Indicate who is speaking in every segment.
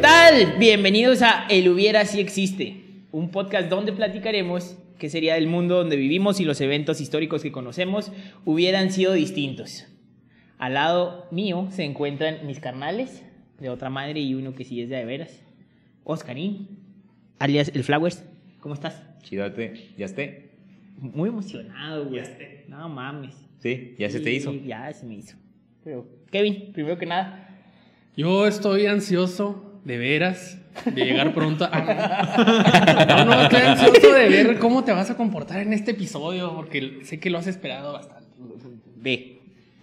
Speaker 1: tal? Bienvenidos a El Hubiera Si Existe, un podcast donde platicaremos qué sería el mundo donde vivimos y los eventos históricos que conocemos hubieran sido distintos. Al lado mío se encuentran mis carnales, de otra madre y uno que sí es de, de veras. Oscarín, alias El Flowers, ¿cómo estás?
Speaker 2: Chidote, ya esté.
Speaker 1: Muy emocionado, güey. Ya esté. No mames.
Speaker 2: Sí, ya se
Speaker 1: Sí,
Speaker 2: te hizo.
Speaker 1: Ya se me hizo. Pero, Kevin, primero que nada,
Speaker 3: Yo estoy ansioso, de veras, de llegar pronto a... No, no, estoy ansioso de ver cómo te vas a comportar en este episodio, porque sé que lo has esperado bastante.
Speaker 1: ve.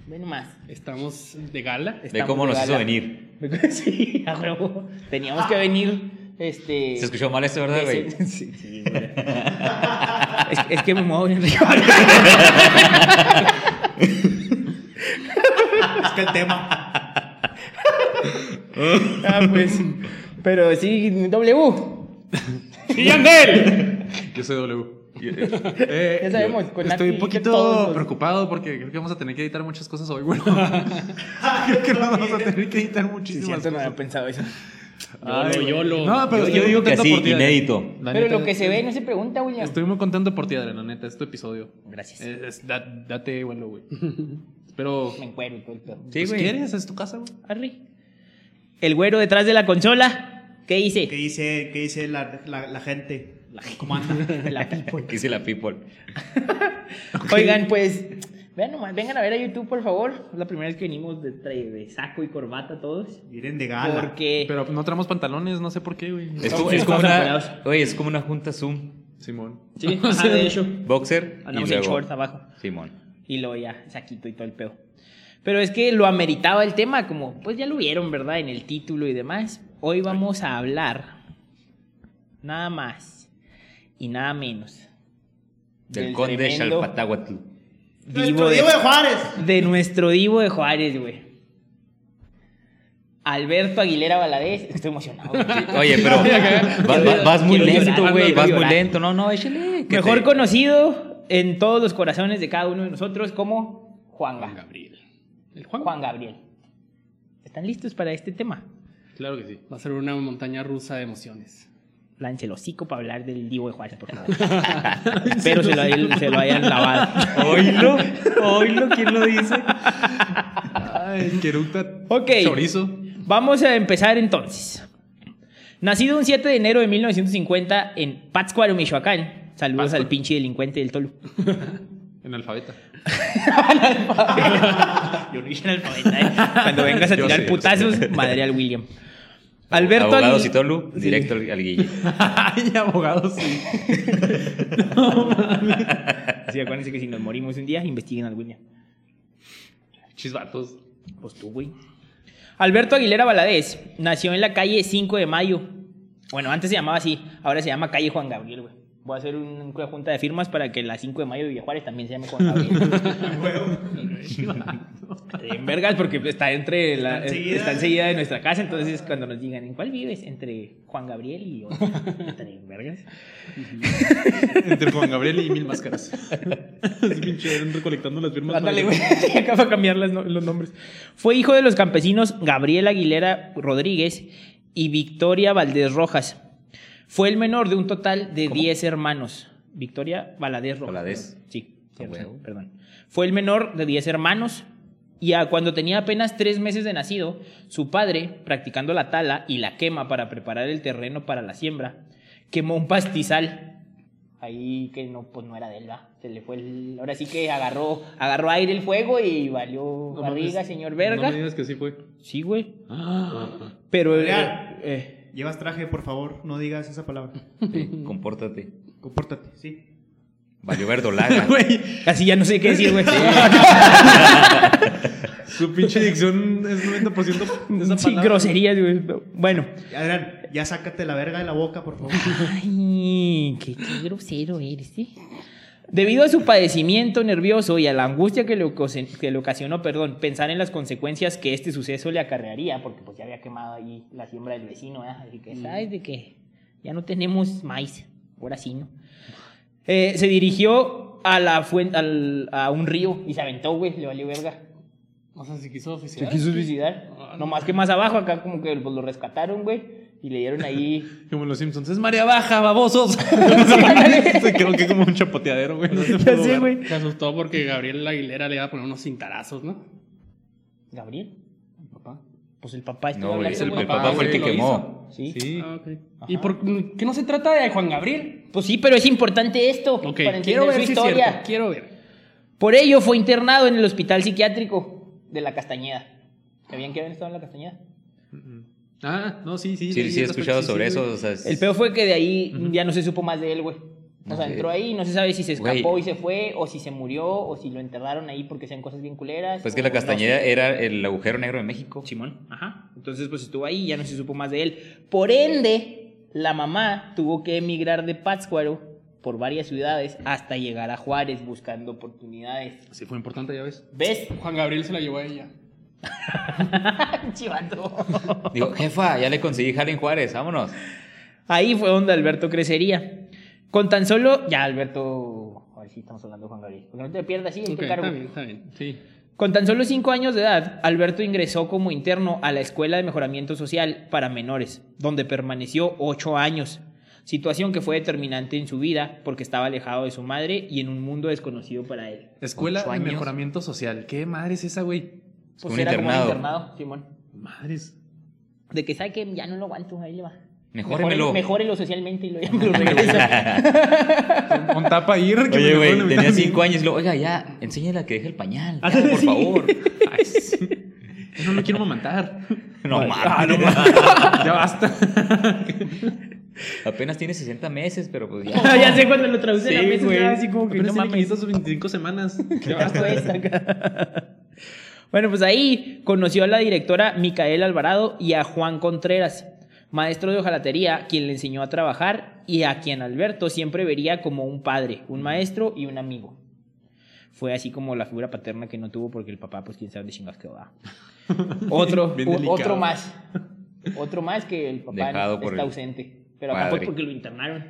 Speaker 1: Ve nomás.
Speaker 3: Estamos de gala.
Speaker 2: Ve cómo nos hizo venir.
Speaker 1: Sí, a huevo. Teníamos que venir. Este.
Speaker 2: Se escuchó mal esto, ¿verdad, güey?
Speaker 1: ese- sí, sí, güey. es, es que me muevo bien rico.
Speaker 4: Es que el tema.
Speaker 1: Ah, pues. Pero sí, W.
Speaker 3: ¡Y Andel!
Speaker 5: Yo soy W. Eh,
Speaker 1: Ya sabemos,
Speaker 5: yo
Speaker 1: con
Speaker 5: estoy
Speaker 1: Nati
Speaker 5: un poquito
Speaker 1: todos los-
Speaker 5: preocupado porque creo que vamos a tener que editar muchas cosas hoy. Bueno, creo que nos vamos a tener que editar
Speaker 1: Sí,
Speaker 5: muchísimas
Speaker 1: cierto, no había
Speaker 5: cosas.
Speaker 1: pensado eso.
Speaker 3: Yolo,
Speaker 5: güey.
Speaker 3: yolo.
Speaker 5: No, pero
Speaker 2: Yo,
Speaker 5: estoy
Speaker 2: yo
Speaker 5: muy
Speaker 2: digo que
Speaker 5: contento
Speaker 2: así,
Speaker 5: por ti, Adrián.
Speaker 2: inédito.
Speaker 5: La
Speaker 1: Pero
Speaker 5: neta,
Speaker 1: lo que se ve no se pregunta, William.
Speaker 5: Estoy muy contento por ti, Adrián, la neta, este episodio.
Speaker 1: Gracias.
Speaker 5: Es- es- da- date vuelo, güey. Pero,
Speaker 1: Me encuero y todo el pedo.
Speaker 5: si quieres, es tu casa, güey.
Speaker 1: Arre. El güero detrás de la consola. ¿Qué
Speaker 4: ¿Qué
Speaker 1: hice?
Speaker 4: dice, qué dice la, la, la gente? ¿Cómo anda?
Speaker 1: La people.
Speaker 2: ¿Qué dice la people?
Speaker 1: Oigan, pues, vean nomás, vengan a ver a YouTube, por favor. Es la primera vez que venimos de, tra- de saco y corbata todos.
Speaker 4: Miren de gala.
Speaker 1: Porque
Speaker 5: Pero no traemos pantalones, no sé por qué, güey.
Speaker 2: Es
Speaker 1: No,
Speaker 2: como,
Speaker 1: sí,
Speaker 2: es como
Speaker 1: estamos
Speaker 2: una,
Speaker 1: apoyados.
Speaker 2: oye, es como una junta Zoom.
Speaker 5: Simón.
Speaker 1: Sí, ajá, de hecho.
Speaker 2: Boxer y
Speaker 1: andamos en
Speaker 2: luego...
Speaker 1: shorts abajo.
Speaker 2: Simón.
Speaker 1: Y luego ya, saquito y todo el peo. Pero es que lo ameritaba el tema, como pues ya lo vieron, ¿verdad? En el título y demás. Hoy vamos a hablar nada más y nada menos
Speaker 2: Del
Speaker 1: Del
Speaker 2: conde
Speaker 1: tremendo-
Speaker 2: Chalpatáhuatl.
Speaker 4: Nuestro Diego de Juárez.
Speaker 1: de nuestro divo de Juárez, güey. Alberto Aguilera Valadez. Estoy emocionado. güey.
Speaker 2: Oye, pero vas, vas- vas muy
Speaker 1: Quiero
Speaker 2: lento,
Speaker 1: llorar,
Speaker 2: güey.
Speaker 1: quiero
Speaker 2: Vas muy
Speaker 1: llorar.
Speaker 2: lento. No, no, échale. que
Speaker 1: Mejor
Speaker 2: te-
Speaker 1: conocido en todos los corazones de cada uno de nosotros como Juanga.
Speaker 3: Juan Gabriel. ¿El Juan?
Speaker 1: Juan Gabriel. ¿Están listos para este tema?
Speaker 3: Claro que sí. Va a ser una montaña rusa de emociones.
Speaker 1: Lánche el hocico para hablar del Divo de Juárez, por favor. Espero se lo, hayan- se lo hayan lavado.
Speaker 2: Oílo, oílo, ¿quién lo dice?
Speaker 5: Ay, queructa.
Speaker 1: Ok.
Speaker 5: Chorizo.
Speaker 1: Vamos a empezar entonces. Nacido un 7 de enero de 1950 en Pátzcuaro, Michoacán. Saludos al pinche delincuente del Tolu.
Speaker 5: En alfabeta.
Speaker 1: Yo no hice analfabeta, ¿eh? Cuando vengas a
Speaker 5: Yo
Speaker 1: tirar
Speaker 5: sí, yo
Speaker 1: putazos, madre al William. Alberto
Speaker 2: Abogados
Speaker 1: Aguil-
Speaker 2: y Tolu, directo al, al Guille.
Speaker 5: Ay, abogados, sí.
Speaker 1: Sí, acuérdense que si nos morimos un día, investiguen al William.
Speaker 5: Chisbatos.
Speaker 1: Pues tú, güey. Alberto Aguilera Valadez nació en la calle 5 de Mayo. Bueno, antes se llamaba así, ahora se llama calle Juan Gabriel, güey. Voy a hacer un- una junta de firmas para que la 5 de Mayo de Villa Juárez también se llame Juan Gabriel. en vergas, porque está entre la,
Speaker 4: Está enseguida.
Speaker 1: está enseguida de nuestra casa, entonces cuando nos digan, ¿en cuál vives? Entre Juan Gabriel y otra. Está en vergas.
Speaker 5: Entre Juan Gabriel y Mil Máscaras. Así pinche eran recolectando las firmas.
Speaker 1: Ándale, güey. Sí, acaba de cambiar las no- los nombres. Fue hijo de los campesinos Gabriel Aguilera Rodríguez y Victoria Valdés Rojas. Fue el menor de un total de 10 hermanos. Victoria Valadez Rojas.
Speaker 2: Valadez.
Speaker 1: Sí, cierto,
Speaker 2: A huevo.
Speaker 1: perdón. Fue el menor de 10 hermanos. Y a cuando tenía apenas tres meses de nacido, su padre, practicando la tala y la quema para preparar el terreno para la siembra, quemó un pastizal ahí que no pues no era de él, ¿va? se le fue el ahora sí que agarró agarró aire el fuego y valió barriga, señor verga.
Speaker 5: No me digas que sí fue.
Speaker 1: sí, güey.
Speaker 3: Ah,
Speaker 1: Pero eh,
Speaker 4: Real.
Speaker 1: eh,
Speaker 4: Llevas traje, por favor, no digas esa palabra.
Speaker 2: Sí, compórtate.
Speaker 4: Compórtate, sí.
Speaker 2: Valió verdolaga.
Speaker 1: así eh, ya no sé qué decir, güey.
Speaker 5: Su pinche dicción es 90% de esa
Speaker 1: Sin
Speaker 5: palabra.
Speaker 1: groserías, güey. Bueno.
Speaker 4: Adrián, ya sácate la verga de la boca, por favor.
Speaker 1: Ay, qué, qué grosero eres, ¿eh? Debido a su padecimiento nervioso y a la angustia que le, ocose- que le ocasionó, perdón, pensar en las consecuencias que este suceso le acarrearía, porque pues ya había quemado ahí la siembra del vecino, ¿verdad? Así que, ¿sabes de qué? Ya no tenemos maíz, ahora sí, ¿no? Eh, se dirigió a la fuente, al- a un río y se aventó, güey, le valió verga.
Speaker 3: o sea, se quiso
Speaker 1: Se
Speaker 3: oficiar.
Speaker 1: quiso suicidar.
Speaker 3: Ah, no.
Speaker 1: Nomás que más abajo, acá como que pues, lo rescataron, güey. Y le dieron ahí.
Speaker 5: Como en los Simpsons. Es marea baja, babosos. Se quedó que como un chapoteadero, güey. No se pudo
Speaker 1: Ya sé,
Speaker 5: ver.
Speaker 1: güey.
Speaker 3: Se asustó porque Gabriel Aguilera le iba a poner unos cintarazos, ¿no?
Speaker 1: ¿Gabriel? ¿El papá? Pues el papá estaba
Speaker 2: No, güey,
Speaker 1: hablando
Speaker 2: el,
Speaker 1: con
Speaker 2: el
Speaker 1: el
Speaker 2: papá fue el que
Speaker 3: lo hizo.
Speaker 2: quemó.
Speaker 1: Sí.
Speaker 5: Sí.
Speaker 3: Ah, ok. ¿Y por qué no se trata de Juan Gabriel?
Speaker 1: Pues sí, pero es importante esto
Speaker 3: Ok,
Speaker 1: para
Speaker 3: quiero
Speaker 1: entender su
Speaker 3: ver si es
Speaker 1: historia.
Speaker 3: cierto, Quiero ver.
Speaker 1: Por ello fue internado en el hospital psiquiátrico de la Castañeda. ¿Sabían que habían estado en la Castañeda?
Speaker 5: Ah, no, sí,
Speaker 2: Sí,
Speaker 5: sí.
Speaker 2: sí,
Speaker 5: leí
Speaker 2: he
Speaker 5: al
Speaker 2: escuchado
Speaker 5: respecto,
Speaker 2: sobre
Speaker 5: sí, sí,
Speaker 2: eso.
Speaker 5: güey.
Speaker 2: O sea,
Speaker 1: El peor fue que de ahí ya no se supo más de él, güey. O sea,
Speaker 2: Ok.
Speaker 1: entró ahí, no se sabe si se
Speaker 2: Güey.
Speaker 1: escapó y se fue, o si se murió, o si lo enterraron ahí porque sean cosas bien culeras.
Speaker 2: Pues que
Speaker 1: o
Speaker 2: la
Speaker 1: no
Speaker 2: castañeda era el agujero negro de México.
Speaker 1: Simón, ajá. Entonces, pues estuvo ahí y ya no se supo más de él. Por ende, la mamá tuvo que emigrar de Pátzcuaro por varias ciudades hasta llegar a Juárez buscando oportunidades.
Speaker 5: Sí, fue importante, ya ves.
Speaker 1: ¿Ves?
Speaker 3: Juan Gabriel se la llevó a ella.
Speaker 1: Chivato.
Speaker 2: Digo, jefa, ya le conseguí jale en Juárez, vámonos.
Speaker 1: Ahí fue donde Alberto crecería. Con tan solo. Ya, Alberto. A ver si estamos hablando de Juan Gabriel. Porque no te pierdas, sí, en
Speaker 3: Ok,
Speaker 1: qué
Speaker 3: está
Speaker 1: cargo.
Speaker 3: bien, está bien. Sí.
Speaker 1: Con tan solo 5 años de edad, Alberto ingresó como interno a la Escuela de Mejoramiento Social para Menores, donde permaneció 8 años, situación que fue determinante en su vida porque estaba alejado de su madre y en un mundo desconocido para él.
Speaker 5: Escuela
Speaker 2: Ocho
Speaker 5: de
Speaker 2: años.
Speaker 5: Mejoramiento Social. ¿Qué madre es esa, güey?
Speaker 1: Pues
Speaker 2: un
Speaker 1: era
Speaker 2: internado.
Speaker 1: como un internado, Simón.
Speaker 5: Madres.
Speaker 1: De que sabe que ya no lo aguanto, ahí le va.
Speaker 2: Mejóremelo.
Speaker 1: mejórelo socialmente y lo, lo regresa.
Speaker 5: Con tapa ahí. que me
Speaker 2: Oye,
Speaker 5: lo
Speaker 2: güey,
Speaker 5: ponen
Speaker 2: tenía
Speaker 5: ahorita.
Speaker 2: cinco años y luego, oiga, ya, enséñale a que deje el pañal, ya, por favor.
Speaker 5: Ay, sí. Yo no lo quiero mamantar.
Speaker 2: No
Speaker 5: Ah, no
Speaker 2: mames.
Speaker 5: mames. Ya basta.
Speaker 2: Apenas tiene 60 meses, pero pues ya.
Speaker 1: ya sé cuando lo traduce la mesa,
Speaker 5: güey.
Speaker 1: ya así como que
Speaker 5: Apenas
Speaker 1: no
Speaker 5: tiene
Speaker 1: mames.
Speaker 5: 525 semanas. Ya
Speaker 1: Ya
Speaker 5: basta.
Speaker 1: cuesta acá. Bueno, pues ahí conoció a la directora Micael Alvarado y a Juan Contreras, maestro de hojalatería, quien le enseñó a trabajar y a quien Alberto siempre vería como un padre, un maestro y un amigo. Fue así como la figura paterna que no tuvo porque el papá, pues quién sabe de chingados que va. Otro,
Speaker 5: Bien
Speaker 1: u-
Speaker 5: delicado.
Speaker 1: otro más. Otro más que el papá
Speaker 2: Dejado por
Speaker 1: está
Speaker 2: el
Speaker 1: ausente. Pero acá fue
Speaker 2: padre.
Speaker 1: porque lo internaron.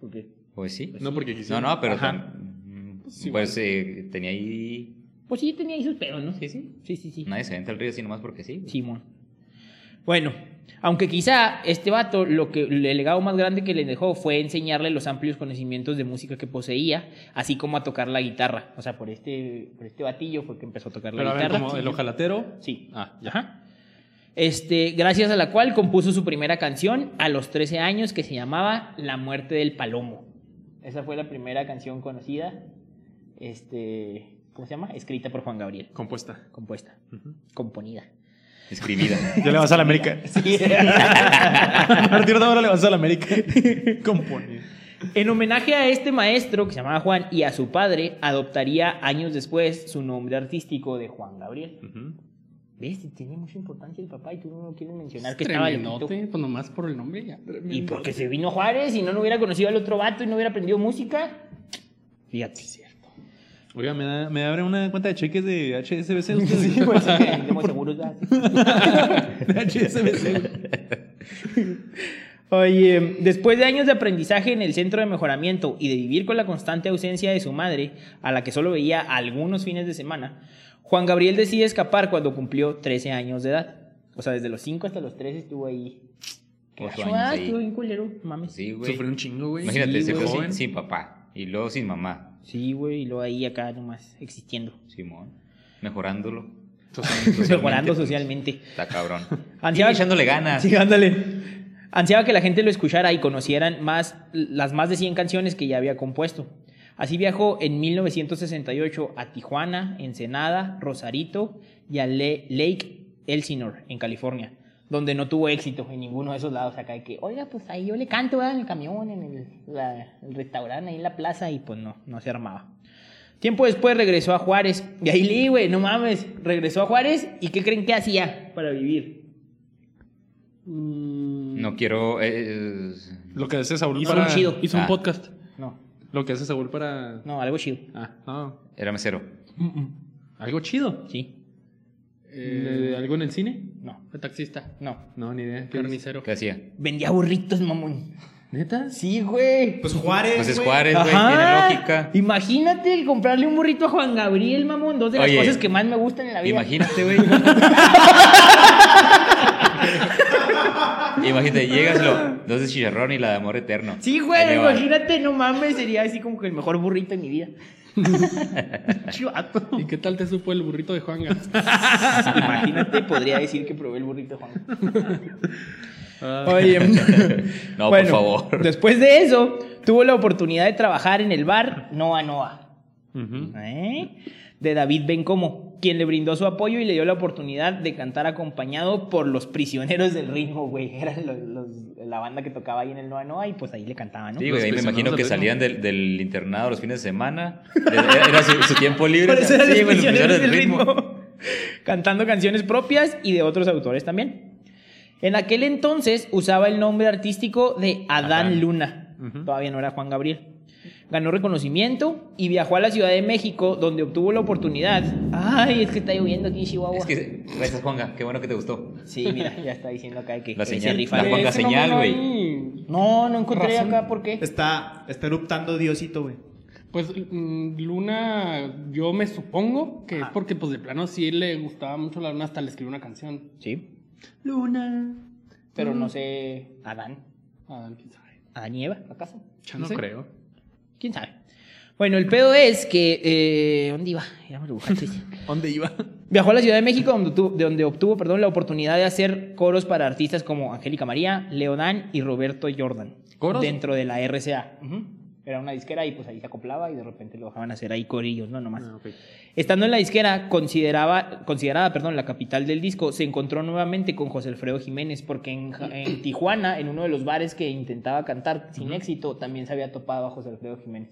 Speaker 1: Porque,
Speaker 2: Pues sí.
Speaker 5: No, porque quisiera.
Speaker 2: No, no, pero
Speaker 1: Ajá.
Speaker 2: tan-
Speaker 3: Sí,
Speaker 2: pues eh, tenía ahí
Speaker 1: pues sí, tenía ahí sus pedos, ¿no? Sí, sí. Sí, sí, sí.
Speaker 2: Nadie se avienta al río así nomás porque sí.
Speaker 1: Simón. Bueno, aunque quizá este vato lo que el legado más grande que le dejó fue enseñarle los amplios conocimientos de música que poseía, así como a tocar la guitarra. O sea, por este por este batillo fue que empezó a tocar la
Speaker 5: Pero a ver,
Speaker 1: guitarra.
Speaker 5: como el ojalatero.
Speaker 1: Sí.
Speaker 5: Ah, ya.
Speaker 1: Ajá. Este, gracias a la cual compuso su primera canción a los 13 años que se llamaba La muerte del palomo. Esa fue la primera canción conocida este, ¿cómo se llama? Escrita por Juan Gabriel,
Speaker 5: Compuesta.
Speaker 1: compuesta, componida.
Speaker 2: Escribida.
Speaker 5: Ya le vas a la América. A partir de ahora le vas a la América. Compone.
Speaker 1: En homenaje a este maestro que se llamaba Juan y a su padre, adoptaría años después su nombre artístico de Juan Gabriel. ¿Ves? Tenía mucha importancia el papá y tú no lo quieres mencionar que estaba
Speaker 3: Tremendote,
Speaker 1: loquito.
Speaker 3: pues nomás por el nombre ya.
Speaker 1: Y porque se vino Juárez y no lo hubiera conocido al otro vato y no hubiera aprendido música. Fíjate. cierto.
Speaker 5: Oiga, ¿me, da- me abre una cuenta de cheques de HSBC. Usted
Speaker 1: Sí, güey, sí, que tenemos seguros, ¿verdad?
Speaker 5: De HSBC.
Speaker 1: Oye, después de años de aprendizaje en el centro de mejoramiento y de vivir con la constante ausencia de su madre, a la que solo veía algunos fines de semana, Juan Gabriel decide escapar cuando cumplió 13 años de edad. O sea, desde los 5 hasta los 13 estuvo ahí.
Speaker 2: Ocho
Speaker 1: Gacho,
Speaker 2: años
Speaker 1: ah,
Speaker 2: ahí.
Speaker 1: estuvo bien culero, mames.
Speaker 2: Sí, güey.
Speaker 5: Sufrió un chingo, güey.
Speaker 2: Imagínate,
Speaker 5: Sí,
Speaker 2: se
Speaker 5: güey.
Speaker 2: quedó sin,
Speaker 5: Joven.
Speaker 2: sin papá y luego sin mamá.
Speaker 1: Sí, güey, y luego ahí acá nomás existiendo,
Speaker 2: Simón. Mejorándolo.
Speaker 1: mejorando socialmente.
Speaker 2: Está cabrón.
Speaker 1: Ansiaba-
Speaker 2: Y echándole ganas.
Speaker 1: Sí, ándale. Ansiaba que la gente lo escuchara y conocieran más las más de 100 canciones que ya había compuesto. Así viajó en 1968 a Tijuana, Ensenada, Rosarito y a Le- Lake Elsinore, en California, donde no tuvo éxito en ninguno de esos lados. Acá de que, oiga, pues ahí yo le canto ¿verdad? en el camión, en el, la- el restaurante, ahí en la plaza, y pues no, no se armaba. Tiempo después regresó a Juárez. Y ahí leí, güey, no mames. Regresó a Juárez y ¿qué creen que hacía para vivir?
Speaker 2: No quiero. eh, eh,
Speaker 5: Lo que hace Saúl
Speaker 1: Hizo
Speaker 5: para...
Speaker 1: un chido.
Speaker 5: Hizo un
Speaker 2: Ah.
Speaker 5: podcast.
Speaker 1: No,
Speaker 5: Lo que hace Saúl para...
Speaker 1: no, algo chido.
Speaker 5: Ah, no.
Speaker 2: era mesero.
Speaker 5: Algo chido.
Speaker 1: Sí,
Speaker 5: Eh, ¿Algo en el cine?
Speaker 1: no,
Speaker 3: Fue taxista,
Speaker 1: no.
Speaker 5: No, ni idea. ¿Qué dice?
Speaker 3: carnicero.
Speaker 2: ¿Qué hacía?
Speaker 1: Vendía burritos, mamón.
Speaker 5: ¿Neta?
Speaker 1: Sí, güey.
Speaker 4: Pues Juárez.
Speaker 2: Pues es
Speaker 4: güey.
Speaker 2: Juárez, güey. Tiene lógica.
Speaker 1: Imagínate el comprarle un burrito a Juan Gabriel, mamón. Dos de las
Speaker 2: Oye.
Speaker 1: cosas que más me gustan en la vida.
Speaker 2: Imagínate, güey. Imagínate, llegas y lo, dos de chicharrón y la de amor eterno.
Speaker 1: Sí,
Speaker 2: Ahí
Speaker 1: güey,
Speaker 2: le va.
Speaker 1: imagínate, no mames, sería así como que el mejor burrito de mi vida. Chivato.
Speaker 3: ¿Y qué tal te supo el burrito de Juanga?
Speaker 1: Imagínate, podría decir que probé el burrito, Juan. Oye,
Speaker 2: No,
Speaker 1: bueno,
Speaker 2: por favor.
Speaker 1: Después de eso, tuvo la oportunidad de trabajar en el bar Noa Noa ¿eh? de David Bencomo, quien le brindó su apoyo y le dio la oportunidad de cantar acompañado por los prisioneros del ritmo, güey. Eran los- los- la banda que tocaba ahí en el Noa Noa y pues ahí le cantaban, ¿no?
Speaker 2: Sí, güey, ahí me
Speaker 5: Los
Speaker 2: imagino
Speaker 5: prisioneros
Speaker 2: que
Speaker 5: del
Speaker 2: salían del, del internado los fines de semana. Era era su, su tiempo libre.
Speaker 1: Por eso eran
Speaker 2: Sí,
Speaker 1: los
Speaker 2: güey, los
Speaker 1: prisioneros
Speaker 2: prisioneros del ritmo.
Speaker 1: Cantando canciones propias y de otros autores también. En aquel entonces usaba el nombre artístico de Adán
Speaker 2: Adán.
Speaker 1: Luna. Todavía no era Juan Gabriel. Ganó reconocimiento y viajó a la Ciudad de México, donde obtuvo la oportunidad. Ay, es que está lloviendo aquí en Chihuahua.
Speaker 2: Es que, gracias, Juanga. Qué bueno que te gustó.
Speaker 1: Sí, mira, ya está diciendo acá que
Speaker 2: La
Speaker 1: que se
Speaker 2: señal,
Speaker 1: rifa.
Speaker 2: la Juanga
Speaker 3: Ese
Speaker 2: señal,
Speaker 3: no me
Speaker 2: güey.
Speaker 3: doy-
Speaker 1: No, no encontré
Speaker 3: Razón.
Speaker 1: acá por qué.
Speaker 4: Está, está eruptando Diosito, güey.
Speaker 3: Pues mm, Luna, yo me supongo que es porque pues de plano sí le gustaba mucho la Luna hasta le escribió una canción.
Speaker 1: Sí,
Speaker 4: Luna.
Speaker 1: pero no sé. Adán.
Speaker 3: Ah, quién sabe.
Speaker 1: Adán y Eva, ¿acaso?
Speaker 5: No
Speaker 3: ¿Sí?
Speaker 5: creo.
Speaker 1: ¿Quién sabe? Bueno, el pedo es que... eh, ¿Dónde iba? Ya me lo buscaste.
Speaker 5: ¿Dónde iba?
Speaker 1: Viajó a la Ciudad de México, donde obtuvo, de donde obtuvo perdón, la oportunidad de hacer coros para artistas como Angélica María, Leodán y Roberto Jordan.
Speaker 5: ¿Coros?
Speaker 1: Dentro de la RCA. Ujú. Era una disquera y pues ahí se acoplaba y de repente lo dejaban hacer ahí corillos, no nomás. Estando en la disquera, consideraba, considerada perdón, la capital del disco, se encontró nuevamente con José Alfredo Jiménez, porque en, Ja- en Tijuana, en uno de los bares que intentaba cantar sin éxito, también se había topado a José Alfredo Jiménez.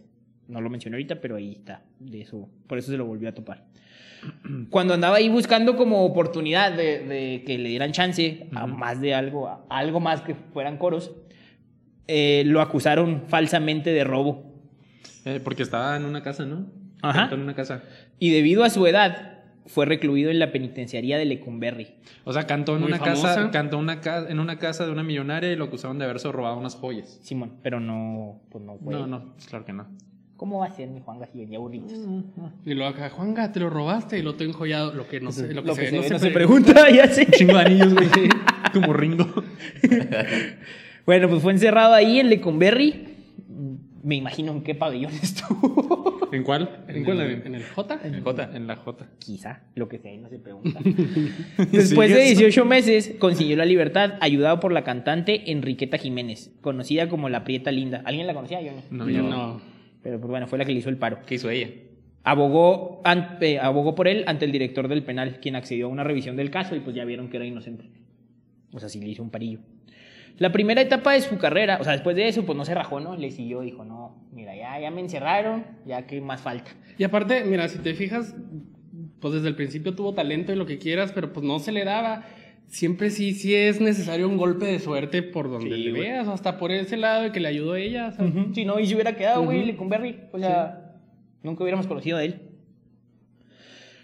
Speaker 1: No lo mencioné ahorita, pero ahí está. De eso, por eso se lo volvió a topar. Cuando andaba ahí buscando como oportunidad de, de que le dieran chance a más de algo, a algo más que fueran coros, eh, lo acusaron falsamente de robo.
Speaker 5: Eh, porque estaba en una casa, ¿no?
Speaker 1: Ajá.
Speaker 5: Cantó En una casa.
Speaker 1: Y debido a su edad, fue recluido en la penitenciaría de Lecumberri.
Speaker 5: O sea, cantó en
Speaker 3: Muy
Speaker 5: una
Speaker 3: famosa.
Speaker 5: casa, cantó una ca- en una casa de una millonaria y lo acusaron de haberse robado unas joyas.
Speaker 1: Simón, pero no, pues no fue.
Speaker 5: No, no, pues claro que no.
Speaker 1: ¿Cómo va a ser mi Juanga si venía burritos?
Speaker 3: Mm. Y luego acá, Juanga, te lo robaste y lo tengo enjollado. Lo que no sé, lo que,
Speaker 1: Lo
Speaker 3: se,
Speaker 1: que
Speaker 3: ve
Speaker 1: se
Speaker 3: no
Speaker 1: ve
Speaker 3: se
Speaker 1: no se
Speaker 3: pre-
Speaker 1: pregunta, ya sé.
Speaker 5: Chingo de anillos, güey. Como Ringo.
Speaker 1: Bueno, pues fue encerrado ahí en Lecumberri. Mm, Me imagino en qué pabellón estuvo.
Speaker 5: ¿En cuál?
Speaker 3: ¿En cuál? ¿En el J?
Speaker 2: Jota.
Speaker 5: En la J.
Speaker 1: Quizá, lo que se ve no se pregunta. Después de 18 meses, consiguió la libertad, ayudado por la cantante Enriqueta Jiménez, conocida como la Prieta Linda. ¿Alguien la conocía? Yo no.
Speaker 5: No,
Speaker 3: No.
Speaker 5: yo no.
Speaker 3: no.
Speaker 1: Pero pues, bueno, fue la que le hizo el paro.
Speaker 2: ¿Qué hizo ella?
Speaker 1: abogó, an- eh, abogó por él ante el director del penal, quien accedió a una revisión del caso y pues ya vieron que era inocente. O sea, sí le hizo un parillo. La primera etapa de su carrera, o sea, después de eso, pues no se rajó, ¿no? Le siguió, dijo, no, mira, ya, ya me encerraron, ya que más falta.
Speaker 3: Y aparte, mira, si te fijas, pues desde el principio tuvo talento y lo que quieras, pero pues no se le daba. Siempre sí, sí es necesario un golpe de suerte por donde
Speaker 1: Sí,
Speaker 3: le
Speaker 1: güey.
Speaker 3: veas, hasta por ese lado y que le ayudó ella. o sea,
Speaker 1: Si no, y se hubiera quedado, güey,
Speaker 3: Ujú.
Speaker 1: Lecumberri. O sea, nunca hubiéramos conocido de él.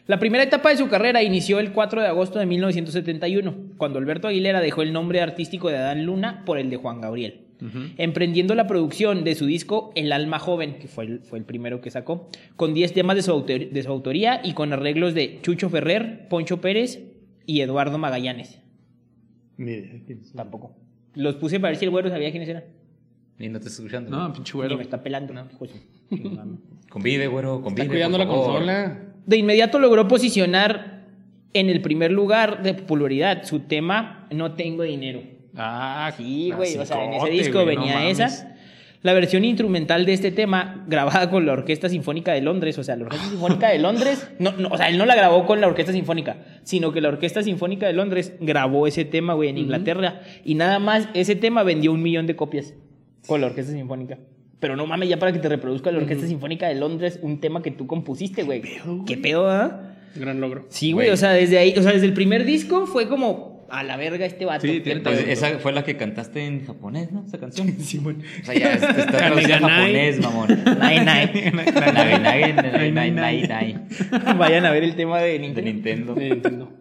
Speaker 1: La primera etapa de su carrera inició el 4 de agosto de 1971, cuando Alberto Aguilera dejó el nombre artístico de Adán Luna por el de Juan Gabriel, emprendiendo la producción de su disco El Alma Joven, que fue el, fue el primero que sacó, con 10 temas de su, autor- de su autoría y con arreglos de Chucho Ferrer, Poncho Pérez y Eduardo Magallanes. Tampoco. Los puse para ver si el güero sabía quiénes eran.
Speaker 2: Ni no te estoy escuchando.
Speaker 5: No, pinche
Speaker 1: Y
Speaker 5: güero.
Speaker 1: me está pelando. hijo de su- No mames.
Speaker 2: Convive, güero, convive.
Speaker 3: Está cuidando
Speaker 2: por
Speaker 3: la
Speaker 2: favor.
Speaker 3: consola.
Speaker 1: De inmediato logró posicionar en el primer lugar de popularidad su tema No tengo dinero.
Speaker 5: Ah,
Speaker 1: Sí, güey, o sea, en ese
Speaker 5: clasicote,
Speaker 1: disco
Speaker 5: güey, no
Speaker 1: venía
Speaker 5: mames.
Speaker 1: esa. La versión instrumental de este tema, grabada con la Orquesta Sinfónica de Londres, o sea, la Orquesta Sinfónica de Londres, no, no, o sea, él no la grabó con la Orquesta Sinfónica, sino que la Orquesta Sinfónica de Londres grabó ese tema, güey, en Inglaterra, y nada más ese tema vendió un millón de copias con la Orquesta Sinfónica. Pero no mames, ya para que te reproduzca la Orquesta Sinfónica de Londres un tema que tú compusiste, güey. ¿Qué pedo, ah?
Speaker 3: Gran logro.
Speaker 1: Sí, güey,
Speaker 2: Güey.
Speaker 1: o sea, desde ahí, o sea, desde el primer disco fue como a la verga este vato.
Speaker 5: Sí, tiene
Speaker 2: Pues
Speaker 5: talento.
Speaker 2: esa fue la que cantaste en japonés, ¿no? Esa canción. Sí, bueno. O sea, ya está traducida a
Speaker 3: Kaneganai.
Speaker 2: japonés, mamón.
Speaker 1: Nai, nai.
Speaker 2: Nai, nai, nai, nai, nai, nai.
Speaker 1: Vayan a ver el tema de
Speaker 2: De
Speaker 1: Nintendo.
Speaker 2: Nintendo.
Speaker 3: Eh, entiendo.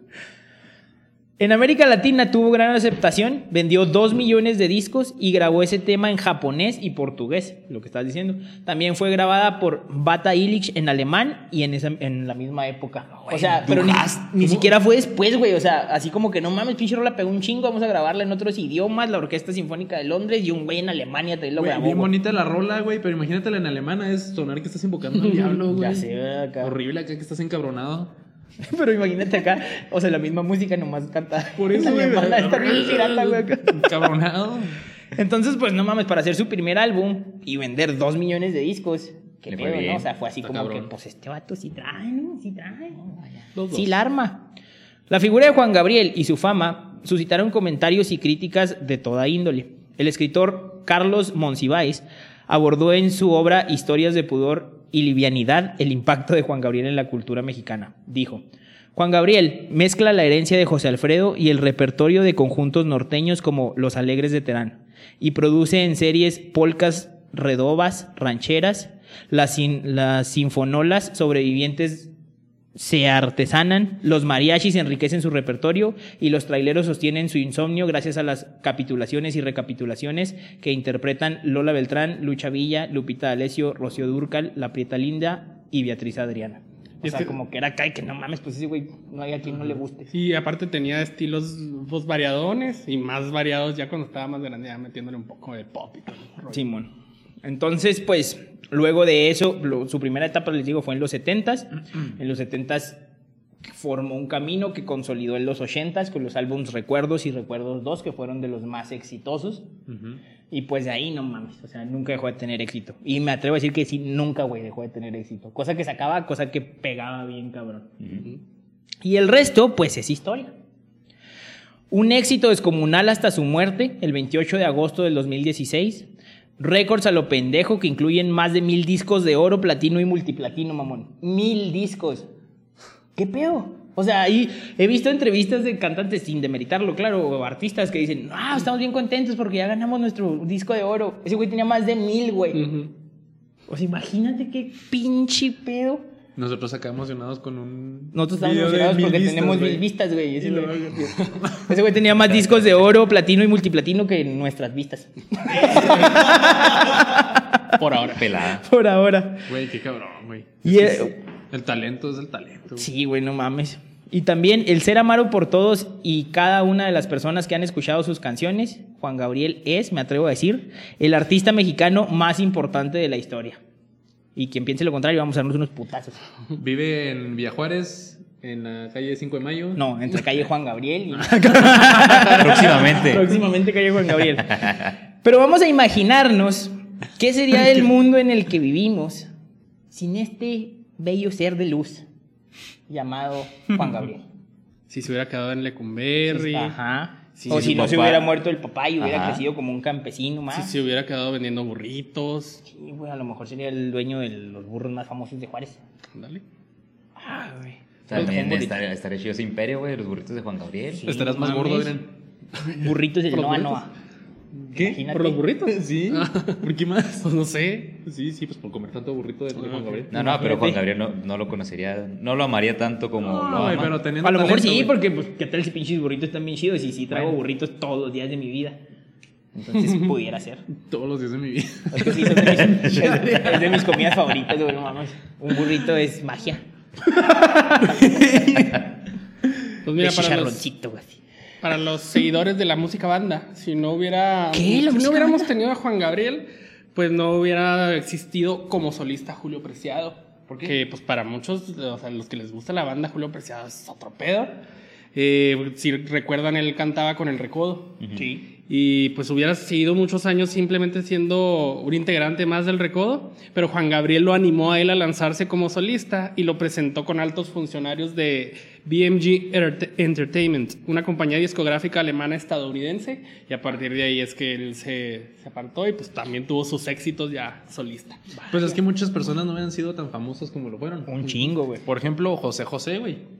Speaker 1: En América Latina tuvo gran aceptación, vendió 2 millones de discos y grabó ese tema en japonés y portugués, lo que estás diciendo. También fue grabada por Bata Illich en alemán y en, esa- en la misma época. o sea, pero ni, ni siquiera fue después, güey. O sea, así como que no mames, pinche rola pegó un chingo, vamos a grabarla en otros idiomas, la Orquesta Sinfónica de Londres y un güey en Alemania también lo
Speaker 5: Güey,
Speaker 1: grabó.
Speaker 5: bien
Speaker 1: güey.
Speaker 5: bonita la rola, güey, pero imagínatela en alemana, es sonar que estás invocando al diablo, güey.
Speaker 1: Ya sé, ¿verdad? acá.
Speaker 5: Horrible acá que estás encabronado.
Speaker 1: Pero imagínate acá, o sea, la misma música nomás cantada.
Speaker 5: Por eso,
Speaker 1: en
Speaker 5: güey.
Speaker 1: alemana, está bien pirata, güey, acá.
Speaker 5: Encabronado.
Speaker 1: Entonces, pues no mames, para hacer su primer álbum y vender dos millones de discos. Qué
Speaker 2: Le fue
Speaker 1: pedo, ¿no?
Speaker 2: bien.
Speaker 1: O sea, fue así
Speaker 5: Está
Speaker 1: como
Speaker 5: cabrón.
Speaker 1: que, pues este vato sí trae, ¿no? Sí trae.
Speaker 5: Los dos.
Speaker 1: Sí la arma. La figura de Juan Gabriel y su fama suscitaron comentarios y críticas de toda índole. El escritor Carlos Monsiváis abordó en su obra Historias de pudor y livianidad el impacto de Juan Gabriel en la cultura mexicana. Dijo, Juan Gabriel mezcla la herencia de José Alfredo y el repertorio de conjuntos norteños como Los Alegres de Terán y produce en series polcas redobas, rancheras, las, sin- las sinfonolas sobrevivientes se artesanan, los mariachis enriquecen su repertorio y los traileros sostienen su insomnio gracias a las capitulaciones y recapitulaciones que interpretan Lola Beltrán, Lucha Villa, Lupita D'Alessio, Rocío Durcal, La Prieta Linda y Beatriz Adriana. O
Speaker 3: Es
Speaker 1: sea,
Speaker 3: que-
Speaker 1: como que era acá y que no mames, pues ese güey no hay a quien no le guste.
Speaker 3: Y aparte tenía estilos pues, variadones y más variados ya cuando estaba más grande, ya metiéndole un poco de pop y todo. el rollo.
Speaker 1: Simón. Entonces, pues, luego de eso, lo- su primera etapa, les digo, fue en los 70s. En los 70s formó un camino que consolidó en los 80s con los álbums Recuerdos y Recuerdos 2, que fueron de los más exitosos. Y pues de ahí no mames, o sea, nunca dejó de tener éxito. Y me atrevo a decir que sí, nunca, güey, dejó de tener éxito. Cosa que sacaba, cosa que pegaba bien, cabrón. Y el resto, pues, es historia. Un éxito descomunal hasta su muerte, el 28 de agosto del 2016. Récords a lo pendejo que incluyen más de mil discos de oro, platino y multiplatino, mamón. Mil discos. ¿Qué pedo? O sea, ahí he visto entrevistas de cantantes, sin demeritarlo, claro, o artistas que dicen, ah, estamos bien contentos porque ya ganamos nuestro disco de oro. Ese güey tenía más de mil, güey.
Speaker 3: Ujú.
Speaker 1: O sea, imagínate qué pinche pedo.
Speaker 5: Nosotros acá emocionados con un.
Speaker 1: Nosotros estamos
Speaker 5: video de
Speaker 1: emocionados
Speaker 5: mil
Speaker 1: porque
Speaker 5: vistas,
Speaker 1: tenemos
Speaker 5: güey.
Speaker 1: mil vistas, güey. Ese
Speaker 5: Y
Speaker 1: güey-
Speaker 5: luego-
Speaker 1: ese güey tenía más discos de oro, platino y multiplatino que nuestras vistas.
Speaker 3: Por ahora.
Speaker 2: Pelada.
Speaker 1: Por ahora.
Speaker 5: Güey, qué cabrón, güey.
Speaker 1: Y
Speaker 5: Es que
Speaker 1: el-
Speaker 5: es- el talento es el talento. güey.
Speaker 1: Sí, güey, no mames. Y también el ser amado por todos y cada una de las personas que han escuchado sus canciones, Juan Gabriel es, me atrevo a decir, el artista mexicano más importante de la historia. Y quien piense lo contrario, vamos a darnos unos putazos.
Speaker 5: Vive en Villa Juárez, en la calle 5 de Mayo.
Speaker 1: No, entre calle Juan Gabriel y...
Speaker 2: Próximamente.
Speaker 1: Próximamente calle Juan Gabriel. Pero vamos a imaginarnos qué sería el mundo en el que vivimos sin este bello ser de luz llamado Juan Gabriel.
Speaker 3: Si se hubiera quedado en Lecumberri,
Speaker 1: Ajá.
Speaker 3: Sí,
Speaker 1: o
Speaker 3: sí,
Speaker 1: si
Speaker 2: su
Speaker 1: no se
Speaker 2: papá.
Speaker 1: hubiera muerto el papá y hubiera
Speaker 2: Ajá.
Speaker 1: crecido como un campesino
Speaker 3: si
Speaker 1: más.
Speaker 3: se hubiera quedado vendiendo burritos,
Speaker 1: Sí, güey, a lo mejor sería el dueño de los burros más famosos de Juárez.
Speaker 3: ándale.
Speaker 1: Ah, güey.
Speaker 2: También estaré, estaré chido ese imperio, güey, los burritos de Juan Gabriel.
Speaker 1: Sí.
Speaker 5: Estarás más
Speaker 1: mames.
Speaker 5: gordo, Adrián.
Speaker 1: Burritos del
Speaker 3: Por los
Speaker 1: Noa
Speaker 3: burritos.
Speaker 1: Noa.
Speaker 5: ¿Qué?
Speaker 1: Imagínate.
Speaker 5: ¿Por los burritos? Sí. ¿Por qué más?
Speaker 3: Pues no sé.
Speaker 5: Sí, sí, pues por comer tanto burrito de, de Juan Gabriel.
Speaker 2: No, no, pero Juan Gabriel no, no lo conocería, no lo amaría tanto como lo
Speaker 5: No,
Speaker 2: ama.
Speaker 5: güey, pero teniendo
Speaker 1: A lo mejor
Speaker 5: talento,
Speaker 1: sí,
Speaker 5: güey.
Speaker 1: porque pues, qué tal si pinches burritos están bien chidos y sí traigo burritos todos los días de mi vida. Entonces pudiera ser.
Speaker 5: Todos los días de mi vida.
Speaker 1: Es que sí, son de mis- es, es de mis comidas favoritas, güey, no mames. Un burrito es magia.
Speaker 3: Pues mira,
Speaker 1: de
Speaker 3: para los,
Speaker 1: chicharroncito, güey.
Speaker 3: para los seguidores de la música banda, si no hubiera.
Speaker 1: ¿Qué? ¿La
Speaker 3: Si
Speaker 1: música
Speaker 3: no hubiéramos
Speaker 1: banda?
Speaker 3: tenido a Juan Gabriel, pues no hubiera existido como solista Julio Preciado. Porque, pues para muchos, o sea, los que les gusta la banda, Julio Preciado es otro pedo. Eh, si recuerdan, él cantaba con el recodo.
Speaker 1: Sí.
Speaker 3: Y pues hubiera seguido muchos años simplemente siendo un integrante más del Recodo, pero Juan Gabriel lo animó a él a lanzarse como solista y lo presentó con altos funcionarios de BMG Erte- Entertainment, una compañía discográfica alemana estadounidense, y a partir de ahí es que él se, se apartó y pues también tuvo sus éxitos ya solista.
Speaker 5: Pues es que muchas personas no habían sido tan famosos como lo fueron.
Speaker 1: Un chingo, güey.
Speaker 5: Por ejemplo, José José, güey.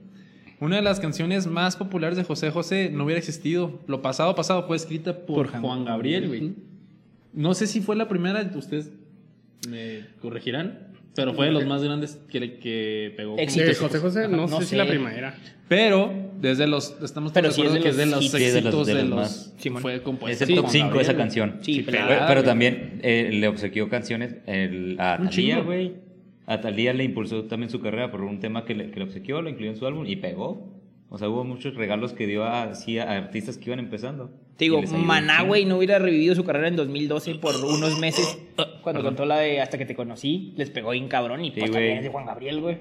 Speaker 5: Una de las canciones más populares de José José no hubiera existido. Lo pasado pasado fue escrita por,
Speaker 1: Por Juan-
Speaker 5: Juan, Gabriel, güey. No sé si fue la primera, ustedes me corregirán, Pero fue de los más grandes que, le- que pegó. como-
Speaker 1: Éxito.
Speaker 3: Sí, José José, no,
Speaker 1: Ajá, no
Speaker 3: sé
Speaker 1: sé.
Speaker 3: si la primera.
Speaker 5: Pero desde los. Estamos
Speaker 1: Pero
Speaker 5: todos
Speaker 1: sí
Speaker 5: de
Speaker 1: es
Speaker 5: acuerdo
Speaker 1: de
Speaker 5: que es de
Speaker 1: los
Speaker 5: los
Speaker 1: hits.
Speaker 5: éxitos
Speaker 2: Sí, de los- de
Speaker 5: de,
Speaker 2: los
Speaker 5: los.
Speaker 2: más.
Speaker 1: Simón.
Speaker 5: Fue
Speaker 2: Es
Speaker 5: compuesta.
Speaker 2: el
Speaker 3: Sí,
Speaker 2: top
Speaker 3: Juan
Speaker 2: 5 esa
Speaker 5: pues, Gabriel.
Speaker 2: canción.
Speaker 1: Sí,
Speaker 2: pero,
Speaker 1: pelada,
Speaker 2: pero
Speaker 1: güey.
Speaker 2: también eh, le obsequió canciones eh, a Talía,
Speaker 5: Un chingo.
Speaker 2: güey. A Talía le impulsó también su carrera por un tema que le, que le obsequió, lo incluyó en su álbum y pegó. O sea, hubo muchos regalos que dio a, así a artistas que iban empezando.
Speaker 1: Te
Speaker 2: Y
Speaker 1: digo,
Speaker 2: les ayudó un
Speaker 1: Maná,
Speaker 2: chingo.
Speaker 1: güey, no hubiera revivido su carrera en 2012 por unos meses. Cuando contó la de Hasta que te conocí, les pegó bien cabrón y
Speaker 2: Sí,
Speaker 1: pues también
Speaker 2: güey.
Speaker 1: es de Juan Gabriel, güey.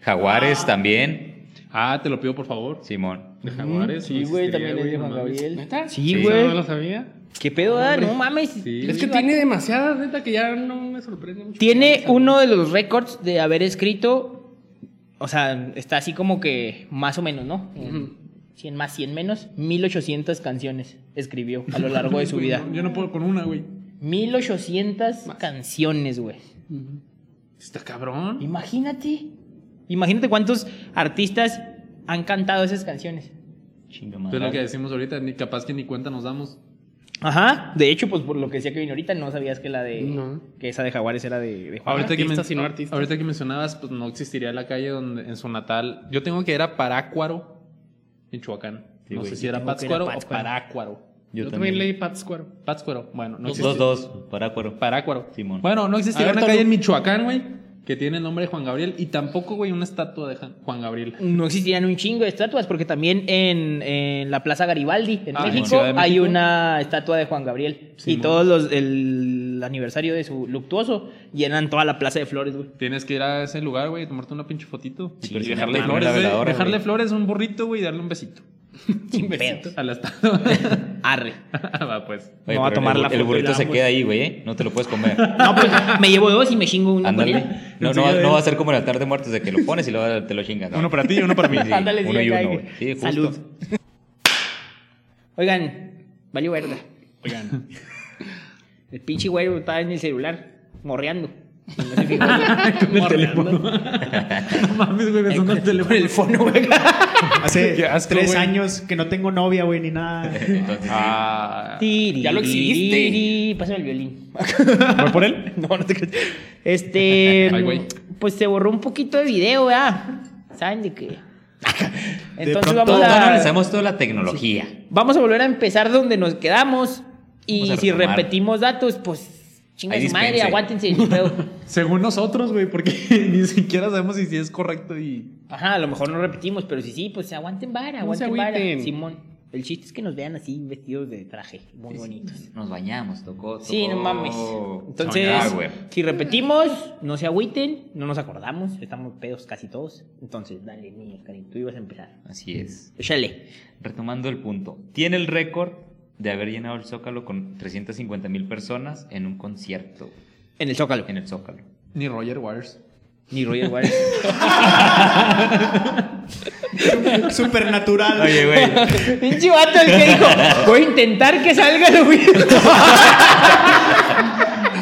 Speaker 2: Jaguares también,
Speaker 5: Ah, te lo pido por favor.
Speaker 2: Simón.
Speaker 5: De Jaguares.
Speaker 1: Sí,
Speaker 5: no
Speaker 1: güey,
Speaker 5: existiría,
Speaker 1: también es de
Speaker 5: no
Speaker 1: Juan
Speaker 5: mames.
Speaker 1: Gabriel.
Speaker 3: ¿Neta?
Speaker 1: Sí,
Speaker 5: Sí.
Speaker 1: güey.
Speaker 3: No lo sabía.
Speaker 1: ¿Qué pedo, da? No mames.
Speaker 5: Sí.
Speaker 3: Es que tiene demasiadas, neta, que ya no me sorprende mucho.
Speaker 1: Tiene uno de los récords de haber escrito, o sea, está así como que más o menos, ¿no?
Speaker 3: Ujú.
Speaker 1: 100 más, 100 menos, 1800 canciones escribió a lo largo de su vida.
Speaker 5: Yo no puedo con una, güey.
Speaker 1: 1800 canciones, güey.
Speaker 3: Ujú.
Speaker 5: Está cabrón.
Speaker 1: Imagínate. Imagínate cuántos artistas han cantado esas canciones.
Speaker 2: Chinga
Speaker 5: Pero es lo que
Speaker 2: madre.
Speaker 5: decimos ahorita, ni capaz que ni cuenta nos damos.
Speaker 1: Ajá, de hecho, pues por lo que decía que vino ahorita, no sabías que la de.
Speaker 3: No.
Speaker 1: Que esa de Jaguares era de, de Juan.
Speaker 5: Ahorita que,
Speaker 3: Artistas y no artistas.
Speaker 5: ahorita que mencionabas, pues no existiría la calle donde en su natal. Yo tengo que era Parácuaro, en Michoacán.
Speaker 2: Sí,
Speaker 5: no
Speaker 2: güey,
Speaker 5: sé si
Speaker 1: yo
Speaker 5: era
Speaker 1: tengo que
Speaker 5: Pátzcuaro
Speaker 1: era
Speaker 5: o
Speaker 1: Pátzcuaro.
Speaker 5: Parácuaro.
Speaker 3: Yo, también leí Pátzcuaro.
Speaker 5: Pátzcuaro, bueno, no
Speaker 2: Dos,
Speaker 5: existía.
Speaker 2: dos, dos, Parácuaro.
Speaker 5: Parácuaro.
Speaker 2: Simón.
Speaker 5: Bueno, no existiría
Speaker 3: A ver,
Speaker 5: una
Speaker 3: Tolu-
Speaker 5: calle en Michoacán, güey, que tiene el nombre de Juan Gabriel y tampoco, güey, una estatua de Jan- Juan Gabriel.
Speaker 1: No existían un chingo de estatuas, porque también en, en la Plaza Garibaldi, en
Speaker 5: Ah, en
Speaker 1: México,
Speaker 5: Ciudad de
Speaker 1: hay
Speaker 5: México.
Speaker 1: una estatua de Juan Gabriel. y
Speaker 5: Simón.
Speaker 1: todos los. El aniversario de su luctuoso llenan toda la Plaza de Flores, güey.
Speaker 5: Tienes que ir a ese lugar, güey, tomarte una pinche fotito.
Speaker 2: Sí,
Speaker 5: y
Speaker 2: pero
Speaker 5: dejarle
Speaker 2: sin
Speaker 5: flores,
Speaker 2: la
Speaker 5: güey,
Speaker 2: veladora,
Speaker 5: dejarle
Speaker 2: güey.
Speaker 5: flores, un burrito, güey, y darle un besito.
Speaker 1: Sin pedos.
Speaker 5: A la estatua.
Speaker 1: Arre.
Speaker 5: Va, pues.
Speaker 1: No va a
Speaker 2: pero
Speaker 1: tomar
Speaker 2: el,
Speaker 1: la
Speaker 2: el
Speaker 1: foto
Speaker 2: burrito
Speaker 1: del
Speaker 2: se
Speaker 1: árbol.
Speaker 2: queda ahí, güey, ¿eh? No te lo puedes comer.
Speaker 1: No, pues me llevo dos y me chingo uno.
Speaker 2: Ándale.
Speaker 1: güey.
Speaker 2: No, no, va- no va a ser como la tarde muerta de que lo pones y luego te lo chingas. ¿no?
Speaker 5: Uno para ti y uno para mí.
Speaker 2: Sí,
Speaker 1: Ándale, sí,
Speaker 2: uno y
Speaker 1: acá,
Speaker 2: uno,
Speaker 1: que-
Speaker 2: güey. Sí, justo.
Speaker 1: Salud. Oigan, valió verga.
Speaker 5: Oigan.
Speaker 1: El pinche güero estaba en el celular, morreando. Y no se fijó. Con el teléfono.
Speaker 5: No mames, güey, me sonó el teléfono.
Speaker 1: el fono, güey.
Speaker 5: Qué
Speaker 4: Hace
Speaker 5: asco,
Speaker 4: tres
Speaker 5: güey.
Speaker 4: años que no tengo novia, güey, ni nada.
Speaker 2: Entonces,
Speaker 5: Ah.
Speaker 1: Ya lo exhibiste. Pásame el violín. ¿Voy por él? No, no te creas. Este.
Speaker 5: Ay, güey.
Speaker 1: Pues se borró un poquito de video, ¿verdad? ¿Saben de qué? Entonces
Speaker 4: pronto
Speaker 1: vamos
Speaker 2: todos
Speaker 1: a.
Speaker 2: analizamos toda la tecnología.
Speaker 1: Vamos a volver a empezar donde nos quedamos.
Speaker 2: Vamos
Speaker 1: Y
Speaker 2: a
Speaker 1: si
Speaker 2: retomar.
Speaker 1: repetimos datos, pues. Chinga
Speaker 2: Ahí
Speaker 1: su madre,
Speaker 2: dispense.
Speaker 1: aguántense. ni pedo.
Speaker 5: Según nosotros, güey, porque ni siquiera sabemos si, si es correcto y.
Speaker 1: Ajá, a lo mejor no repetimos, pero si sí, pues aguanten vara,
Speaker 3: No se
Speaker 1: aguanten vara.
Speaker 3: agüiten.
Speaker 1: Simón. El chiste es que nos vean así vestidos de traje, muy bonitos.
Speaker 2: Nos bañamos, tocó.
Speaker 1: Sí, no
Speaker 2: tocó
Speaker 1: mames. Entonces,
Speaker 2: soñar, Oh, güey.
Speaker 1: si repetimos, no se agüiten, no nos acordamos, estamos pedos casi todos. Entonces, dale, niño, Oscarín, tú ibas a empezar.
Speaker 2: Así es.
Speaker 1: Échale.
Speaker 2: Retomando el punto. Tiene el récord de haber llenado el Zócalo con 350 mil personas en un concierto
Speaker 1: En el Zócalo.
Speaker 2: en el Zócalo.
Speaker 5: Ni Roger Waters.
Speaker 1: Ni Roger Waters.
Speaker 4: Supernatural.
Speaker 2: Oye, güey.
Speaker 1: Pinche vato el que dijo, voy a intentar que salga lo mismo.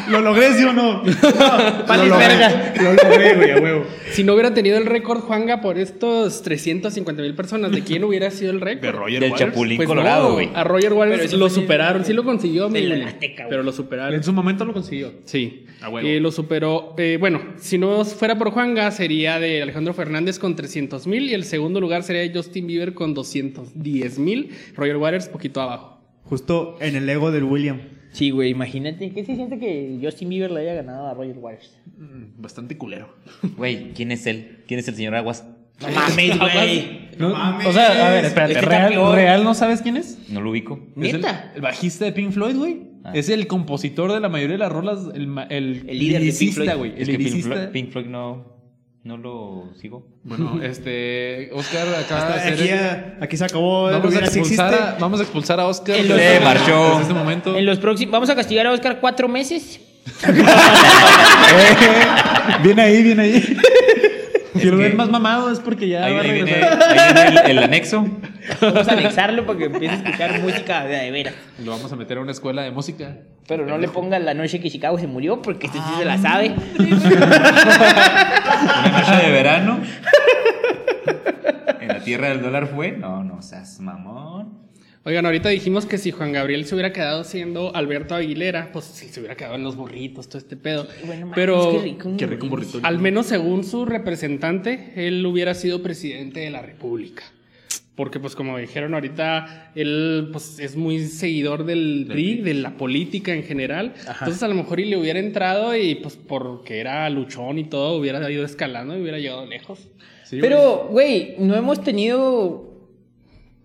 Speaker 4: ¿Lo logré, sí o no?
Speaker 1: Vale, verga.
Speaker 4: Lo logré, güey, a huevo.
Speaker 3: Si no hubiera tenido el récord, Juanga, por estos 350 mil personas, ¿de quién hubiera sido el récord? Pues
Speaker 2: Del Chapulín
Speaker 1: Pues
Speaker 2: Colorado,
Speaker 3: no,
Speaker 2: güey.
Speaker 3: a Roger Waters
Speaker 1: Pero
Speaker 3: lo
Speaker 1: sí fue-
Speaker 3: superaron. Sí lo consiguió,
Speaker 1: de la
Speaker 3: mi-
Speaker 1: Azteca, güey.
Speaker 3: Pero lo superaron.
Speaker 5: En su momento lo consiguió.
Speaker 3: Sí.
Speaker 5: A huevo.
Speaker 3: Eh, lo superó. eh, bueno, si no fuera por Juanga, sería de Alejandro Fernández con 300 mil. Y el segundo lugar sería de Justin Bieber con 210 mil. Roger Waters, poquito abajo.
Speaker 4: Justo en el ego del William.
Speaker 1: Sí, güey, imagínate. ¿Qué se siente que Justin Bieber le haya ganado a Roger Waters?
Speaker 5: Mm, Bastante culero.
Speaker 2: Güey, ¿quién es él? ¿Quién es el señor Aguas?
Speaker 1: No mames, güey.
Speaker 4: No mames.
Speaker 5: O sea, a ver, espérate.
Speaker 1: Es que está
Speaker 5: ¿real,
Speaker 1: peor.
Speaker 5: ¿Real no sabes quién es?
Speaker 2: No lo ubico.
Speaker 5: Es el,
Speaker 1: Neta.
Speaker 5: el bajista de Pink Floyd, güey.
Speaker 2: Ah.
Speaker 5: Es el compositor de la mayoría de las rolas. El, ma- el,
Speaker 1: El líder de Pink
Speaker 5: liricista,
Speaker 1: Floyd.
Speaker 5: güey.
Speaker 2: Es
Speaker 5: El
Speaker 2: que Pink
Speaker 5: liricista.
Speaker 2: Floyd, Pink Floyd no, no lo sigo.
Speaker 5: Bueno, este. Oscar
Speaker 2: Ah,
Speaker 5: acaba de hacer.
Speaker 4: Aquí, ya- aquí se acabó. el
Speaker 5: Vamos a,
Speaker 4: hubiera si
Speaker 5: expulsar
Speaker 4: existe.
Speaker 5: a, vamos a expulsar a Oscar.
Speaker 1: En
Speaker 5: de-
Speaker 1: los-
Speaker 2: Se marchó.
Speaker 5: Desde este momento.
Speaker 1: En los próximos. Vamos a castigar a Oscar cuatro meses.
Speaker 5: Eh, Viene ahí, viene ahí. Si lo
Speaker 2: que-
Speaker 5: ven más mamado es porque ya
Speaker 2: Ahí,
Speaker 5: va a
Speaker 2: ahí viene,
Speaker 5: regresar.
Speaker 2: ahí viene el, el anexo.
Speaker 1: Vamos a anexarlo para que empiece a escuchar música de de veras.
Speaker 5: Lo vamos a meter a una escuela de música.
Speaker 1: Pero no le pongan la noche que Chicago se murió porque este sí se la sabe.
Speaker 2: Una noche de verano. En la tierra del dólar fue. No, no seas mamón.
Speaker 3: Oigan, ahorita dijimos que si Juan Gabriel se hubiera quedado siendo Alberto Aguilera, pues sí, se hubiera quedado en los burritos, todo este pedo.
Speaker 1: Bueno,
Speaker 3: Pero
Speaker 1: mames, qué rico,
Speaker 5: Qué rico burrito.
Speaker 3: al menos según su representante, él hubiera sido presidente de la República. Porque pues como dijeron ahorita, él pues es muy seguidor del PRI, de la política en general. Entonces a lo mejor y le hubiera entrado y pues porque era luchón y todo, hubiera ido escalando y hubiera llegado lejos.
Speaker 5: Sí, güey.
Speaker 1: Pero, güey, no hemos tenido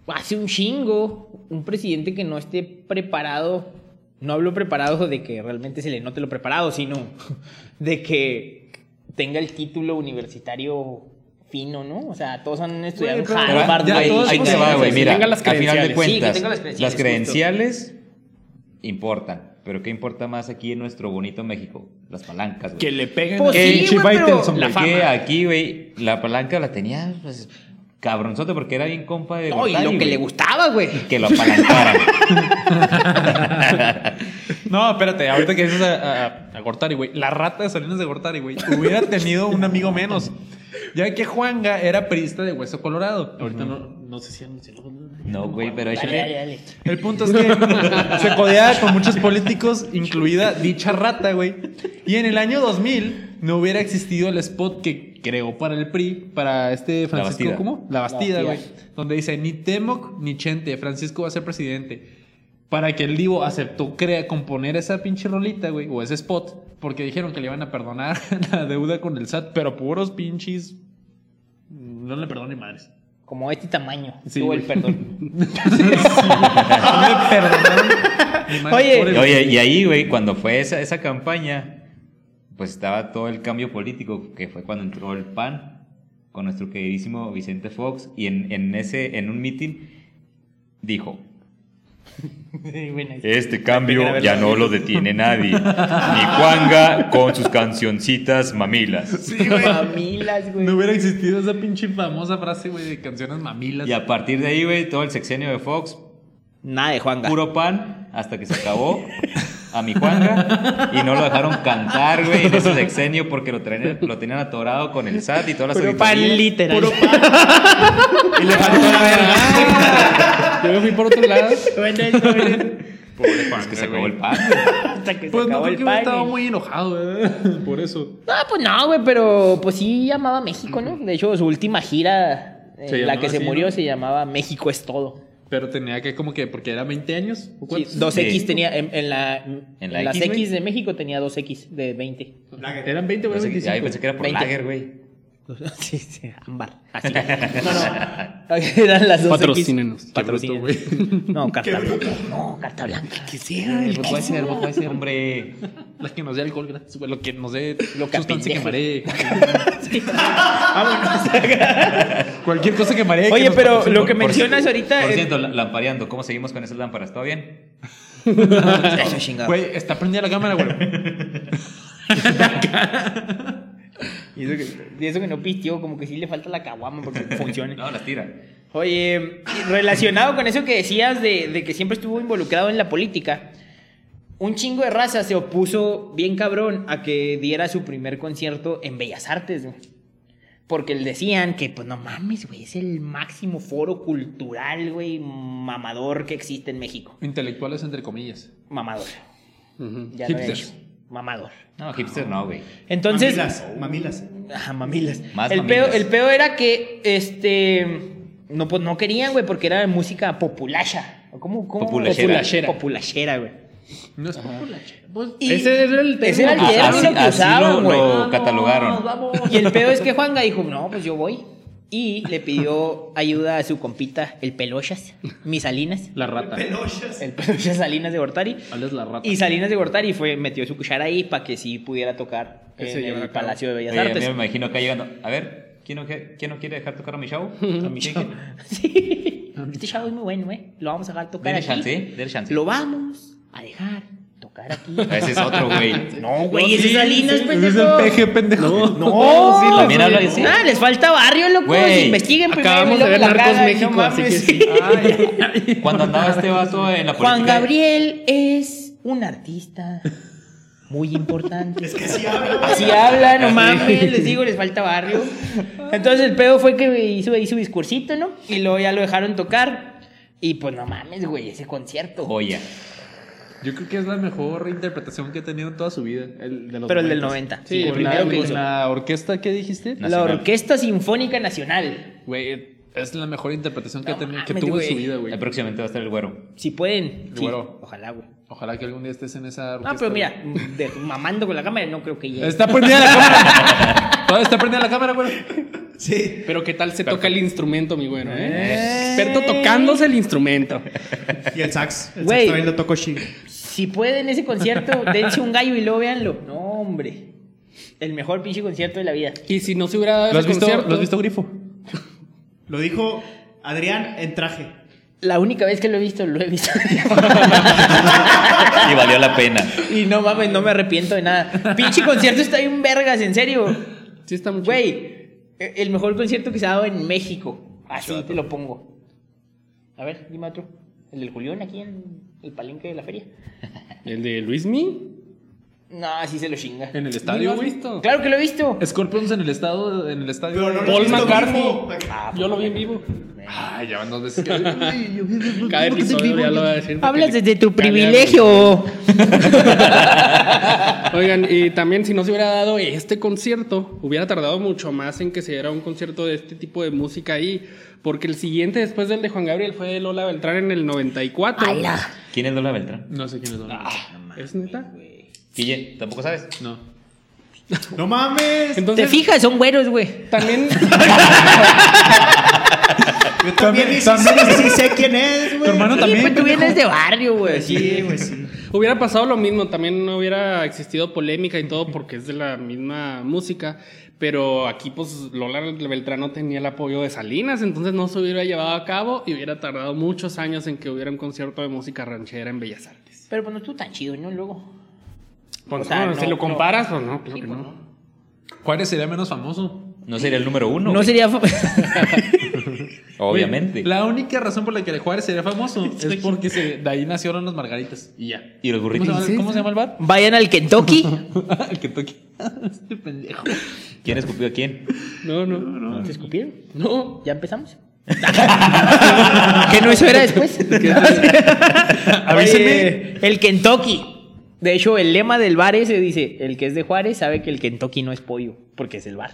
Speaker 1: hace un chingo un presidente que no esté preparado. No hablo preparado de que realmente se le note lo preparado, sino de que tenga el título universitario fino, ¿no? O sea, todos han estudiado en
Speaker 5: pero-
Speaker 1: Harvard,
Speaker 5: ya
Speaker 1: güey.
Speaker 5: todos
Speaker 2: Ahí
Speaker 5: hemos
Speaker 2: te va,
Speaker 5: tenido-
Speaker 2: güey.
Speaker 3: que
Speaker 2: Mira,
Speaker 3: tenga las
Speaker 2: al final de
Speaker 3: credenciales.
Speaker 1: Sí, que
Speaker 2: cuentas,
Speaker 1: tenga las
Speaker 2: las,
Speaker 1: credenciales,
Speaker 2: credenciales importan. Pero ¿qué importa más aquí en nuestro bonito México? Las palancas, güey.
Speaker 5: Que le peguen
Speaker 1: Pues
Speaker 5: a-
Speaker 1: sí,
Speaker 5: Pinche
Speaker 1: güey, pero
Speaker 5: Faitelson,
Speaker 1: la
Speaker 5: güey.
Speaker 1: fama.
Speaker 2: Porque aquí, güey, la palanca la tenía, pues, cabronzote, porque era bien compa de
Speaker 1: No, y
Speaker 2: Gortari,
Speaker 1: lo que
Speaker 2: güey.
Speaker 1: le gustaba, güey.
Speaker 2: Que lo apalancaran.
Speaker 5: No, espérate, ahorita que dices a, a, a Gortari, güey. La rata de Salinas de Gortari, güey. Hubiera tenido un amigo menos. Ya que Juanga era perista de Hueso Colorado. Ahorita no, no sé si anunció.
Speaker 2: no, güey, pero
Speaker 1: Dale,
Speaker 2: échale.
Speaker 1: dale, dale.
Speaker 5: El punto es que se codeaba con muchos políticos, incluida dicha rata, güey. Y en el año 2000 no hubiera existido el spot que creó para el PRI, para este Francisco,
Speaker 2: Bastida.
Speaker 5: ¿cómo? La Bastida,
Speaker 1: La
Speaker 5: güey.
Speaker 1: Bastida.
Speaker 5: Donde dice, ni Temoc ni Chente, Francisco va a ser presidente. Para que el Divo aceptó crea, componer esa pinche rolita, güey, o ese spot, porque dijeron que le iban a perdonar la deuda con el SAT, pero puros pinches... No le perdonen madres.
Speaker 1: Como este tamaño.
Speaker 5: Sí,
Speaker 1: tuvo el
Speaker 5: güey.
Speaker 1: perdón.
Speaker 5: No le perdonaron ni madres,
Speaker 1: Oye.
Speaker 5: pobres.
Speaker 2: Y Oye, y ahí, güey, cuando fue esa, esa campaña, pues estaba todo el cambio político, que fue cuando entró el PAN con nuestro queridísimo Vicente Fox, y en, en ese, en un mitin, dijo,
Speaker 1: Sí, bueno, es-
Speaker 2: este cambio ya no lo detiene nadie, ni Juanga con sus cancioncitas mamilas.
Speaker 1: Mamilas, güey.
Speaker 5: No hubiera existido esa pinche famosa frase, güey, de canciones mamilas.
Speaker 2: Y a partir de ahí, güey, todo el sexenio de Fox,
Speaker 1: Nada de Juanga.
Speaker 2: puro pan, hasta que se acabó a mi Juanga, y no lo dejaron cantar, güey, en ese sexenio, porque lo, traen- lo tenían atorado con el SAT y todas las
Speaker 1: Puro pan
Speaker 2: auditorías.
Speaker 1: literal.
Speaker 2: Y le faltó la
Speaker 3: Yo me fui por otro lado.
Speaker 1: Bueno, es bueno.
Speaker 2: Pobre pan. Es que se acabó el pan.
Speaker 1: Hasta que se
Speaker 5: Pues no
Speaker 1: acabó
Speaker 5: creo
Speaker 1: el
Speaker 5: que hubiera
Speaker 1: pan
Speaker 5: estado
Speaker 1: y-
Speaker 5: muy enojado, ¿verdad? Por eso.
Speaker 1: Ah, pues no, güey, pero pues sí llamaba México, ¿no? De hecho, su última gira, eh,
Speaker 5: Se
Speaker 1: la
Speaker 5: llamaba
Speaker 1: que se
Speaker 5: así,
Speaker 1: murió,
Speaker 5: ¿no?
Speaker 1: se llamaba México es todo.
Speaker 5: Pero tenía que, como que, porque era 20 años. ¿o
Speaker 1: Sí,
Speaker 5: cuántos?
Speaker 1: 2X
Speaker 2: Sí.
Speaker 1: tenía, en, en la,
Speaker 2: En la
Speaker 1: en las
Speaker 2: X,
Speaker 1: X,
Speaker 2: güey.
Speaker 1: de México tenía 2X de 20.
Speaker 5: Eran 20 o eran
Speaker 2: Pensé que-
Speaker 5: 25.
Speaker 2: Ay, pensé que era por
Speaker 1: 20.
Speaker 2: lager, güey.
Speaker 1: sí, sí, ámbar. Así. No, no. Eran las 2X.
Speaker 3: Patrocínenos. Qué
Speaker 1: Patrocínenos. No, carta blanca. No, carta blanca. ¿Qué
Speaker 5: puede ser, puede ser.
Speaker 2: Hombre.
Speaker 5: pues, La que nos dé alcohol gratis, güey. Lo que nos dé lo
Speaker 1: que
Speaker 5: que sustancia que maree. Ah,
Speaker 1: apendeje.
Speaker 5: Cualquier cosa que maree.
Speaker 1: Oye,
Speaker 5: nos
Speaker 1: pero
Speaker 5: patrocine.
Speaker 1: lo que
Speaker 5: Por- por-
Speaker 1: mencionas ahorita.
Speaker 2: Por
Speaker 1: es-
Speaker 2: cierto, la- lampareando. ¿Cómo seguimos con esas lámparas? ¿Todo bien?
Speaker 1: Eso, chingado.
Speaker 5: Güey, está prendida la cámara, güey.
Speaker 1: Y eso que, y eso que no pistió, como que sí le falta la caguama porque funciona.
Speaker 2: No, las tira.
Speaker 1: Oye, relacionado con eso que decías de, de que siempre estuvo involucrado en la política, un chingo de raza se opuso bien cabrón a que diera su primer concierto en Bellas Artes, güey. Porque le decían que, pues no mames, güey, es el máximo foro cultural, güey, mamador que existe en México.
Speaker 5: Intelectuales, entre comillas.
Speaker 1: Mamador. Ya lo he dicho.
Speaker 5: Hipsters.
Speaker 1: Mamador.
Speaker 2: No, hipster no, güey.
Speaker 1: Entonces.
Speaker 4: mamilas, mamilas.
Speaker 1: Ajá, Ah, mamilas.
Speaker 2: Más
Speaker 1: el,
Speaker 2: mamilas.
Speaker 1: Pedo, el pedo era que, este, no, pues no querían, güey, porque era música populacha. ¿O ¿Cómo? cómo?
Speaker 2: Populachera.
Speaker 1: Populachera, güey.
Speaker 5: No es populacho.
Speaker 1: Y-
Speaker 3: Ese era el
Speaker 1: ese era el
Speaker 3: término.
Speaker 1: que era
Speaker 2: Así-
Speaker 1: lo que
Speaker 2: así
Speaker 1: usaban,
Speaker 2: lo-
Speaker 1: güey.
Speaker 2: lo catalogaron.
Speaker 1: Y el pedo es que Juanga dijo, no, pues yo voy. Y le pidió ayuda a su compita, el Pelochas, mi Salinas,
Speaker 5: La rata.
Speaker 1: el Pelochas Salinas de Gortari.
Speaker 5: ¿Cuál es la rata?
Speaker 1: Y Salinas de Gortari fue, metió su cuchara ahí para que sí pudiera tocar
Speaker 3: Que se
Speaker 1: en
Speaker 3: llevara
Speaker 1: el
Speaker 3: a cabo.
Speaker 1: Palacio de Bellas
Speaker 2: Oye, a mí
Speaker 1: Artes.
Speaker 2: me imagino acá llegando. A ver, ¿quién no, que- quién no quiere dejar tocar a mi chavo? A mi chavo.
Speaker 1: Sí. Este chavo es muy bueno, güey. Lo vamos a dejar tocar
Speaker 2: Dele
Speaker 1: aquí.
Speaker 2: chance, ¿eh? Dele chance.
Speaker 1: Lo vamos a dejar tocar aquí.
Speaker 2: Ese es otro, güey.
Speaker 1: No, güey, ese es Salinas, pues,
Speaker 5: Ese es el peje, pendejo.
Speaker 1: No,
Speaker 2: sí, también habla de-
Speaker 1: Ah, les falta barrio, loco.
Speaker 2: Güey,
Speaker 1: Si investiguen primero.
Speaker 3: Acabamos
Speaker 1: y luego
Speaker 3: de ver
Speaker 1: la
Speaker 3: Narcos
Speaker 1: cagan,
Speaker 3: México,
Speaker 1: no
Speaker 3: así que
Speaker 1: mames.
Speaker 3: sí.
Speaker 2: Cuando andaba este vato en la política.
Speaker 1: Juan Gabriel es un artista muy importante.
Speaker 4: Es que así habla.
Speaker 1: Así habla, no mames, les digo, les falta barrio. Entonces el pedo fue que hizo ahí su discursito, ¿no? Y luego ya lo dejaron tocar. Y pues no mames, güey, ese concierto.
Speaker 2: Joya.
Speaker 5: Yo creo que es la mejor interpretación que ha tenido en toda su vida. El de los
Speaker 1: Pero el del
Speaker 5: 90.
Speaker 1: 90.
Speaker 3: Sí,
Speaker 1: el
Speaker 5: con
Speaker 1: primero
Speaker 5: la,
Speaker 1: que
Speaker 5: con
Speaker 1: hizo.
Speaker 5: la orquesta que dijiste.
Speaker 1: La
Speaker 2: Nacional.
Speaker 1: Orquesta Sinfónica Nacional.
Speaker 5: Güey, es la mejor interpretación que,
Speaker 1: No
Speaker 5: ha tenido- que
Speaker 1: mames,
Speaker 5: tuvo
Speaker 1: güey.
Speaker 5: en su vida, güey.
Speaker 2: Eh, Próximamente va a estar el güero.
Speaker 1: Si pueden. Sí,
Speaker 5: Bueno.
Speaker 1: ojalá, güey.
Speaker 5: Ojalá que algún día estés en esa orquesta.
Speaker 1: No, pero
Speaker 5: güey.
Speaker 1: mira, de- mamando con la cámara no creo que llegue.
Speaker 5: Está prendida la cámara. Todavía está prendida la cámara, güey.
Speaker 4: Sí.
Speaker 3: Pero qué tal se toca el instrumento, mi güero, ¿eh?
Speaker 2: Eh,
Speaker 3: Experto tocándose el instrumento.
Speaker 4: Y el sax. El
Speaker 1: Güey.
Speaker 4: sax también lo tocó Shin.
Speaker 1: Si pueden ese concierto, dense un gallo y luego véanlo. No, hombre. El mejor pinche concierto de la vida.
Speaker 3: Y si no se hubiera dado
Speaker 5: ¿Lo has
Speaker 3: ese
Speaker 5: visto,
Speaker 3: concierto-
Speaker 5: ¿lo has visto Grifo?
Speaker 4: Lo dijo Adrián en traje.
Speaker 1: La única vez que lo he visto, lo he visto.
Speaker 2: Y valió la pena.
Speaker 1: y no mames, no me arrepiento de nada. Pinche concierto está bien vergas, en serio.
Speaker 3: Sí, está muy chido.
Speaker 1: Güey, e- el mejor concierto que se ha dado en México. Así te lo pongo. A ver, dime otro. El del Julián aquí en el palenque de la feria.
Speaker 3: ¿El de Luismi?
Speaker 1: No, así se lo chinga.
Speaker 5: En el
Speaker 3: ¿Ni lo
Speaker 5: estadio,
Speaker 3: has
Speaker 5: güey.
Speaker 3: visto?
Speaker 1: Claro que lo he visto.
Speaker 5: Scorpions en el estado, en el estadio.
Speaker 4: Pero no lo
Speaker 3: Paul
Speaker 4: he visto
Speaker 3: McCartney.
Speaker 4: vivo.
Speaker 1: Ah,
Speaker 3: Ah, Yo lo vi
Speaker 1: pues,
Speaker 3: en vivo.
Speaker 5: Ay, ya van dos veces. que- Uy, yo- yo-
Speaker 3: Cada
Speaker 5: ¿por qué te
Speaker 3: episodio
Speaker 5: digo?
Speaker 3: ya lo voy a decir.
Speaker 1: Hablas
Speaker 3: Porque-
Speaker 1: desde tu
Speaker 3: Cambia, güey.
Speaker 1: privilegio.
Speaker 3: Oigan, y también si no se hubiera dado este concierto, hubiera tardado mucho más en que se diera un concierto de este tipo de música ahí. Porque el siguiente después del de Juan Gabriel fue de Lola Beltrán en el 94.
Speaker 2: ¿Quién es Lola Beltrán?
Speaker 5: No sé quién es Donald.
Speaker 4: Ah.
Speaker 3: ¿Es neta?
Speaker 2: Guille, ¿tampoco sabes?
Speaker 5: No.
Speaker 4: No mames.
Speaker 1: ¿Te
Speaker 3: Entonces,
Speaker 1: fijas? Son güeros, güey.
Speaker 3: también
Speaker 4: Yo también, ni sí, sí sé quién es, güey.
Speaker 5: Tu hermano
Speaker 1: Sí,
Speaker 5: también.
Speaker 1: pues tú
Speaker 5: pendejo.
Speaker 1: vienes de barrio, güey.
Speaker 4: Sí, güey, sí.
Speaker 3: hubiera pasado lo mismo. También no hubiera existido polémica y todo porque es de la misma música. Pero aquí, pues, Lola Beltrán no tenía el apoyo de Salinas. Entonces no se hubiera llevado a cabo y hubiera tardado muchos años en que hubiera un concierto de música ranchera en Bellas Artes.
Speaker 1: Pero pues no estuvo tan chido, ¿no? Luego.
Speaker 3: Pues
Speaker 1: O sea, no,
Speaker 3: no, si lo
Speaker 1: no.
Speaker 3: comparas, pues no, claro
Speaker 1: Sí,
Speaker 3: que
Speaker 1: pues,
Speaker 3: no.
Speaker 1: no.
Speaker 5: Juárez sería menos famoso.
Speaker 2: No sería el número uno.
Speaker 1: No,
Speaker 2: güey.
Speaker 1: sería.
Speaker 2: Obviamente.
Speaker 5: La única razón por la que Juárez sería famoso es porque se- de ahí nacieron las margaritas. Y ya.
Speaker 2: Y los
Speaker 5: ¿Cómo se
Speaker 2: burritos.
Speaker 5: llama, cómo se llama el bar?
Speaker 1: Vayan al Kentucky.
Speaker 5: el que toque. este pendejo.
Speaker 2: ¿Quién escupió a quién?
Speaker 3: No, no, no.
Speaker 1: ¿Te escupieron?
Speaker 3: No.
Speaker 1: ¿Ya empezamos? que no eso era después. Oye, el Kentucky. De hecho, el lema del bar ese dice, el que es de Juárez sabe que el Kentucky no es pollo, porque es el bar.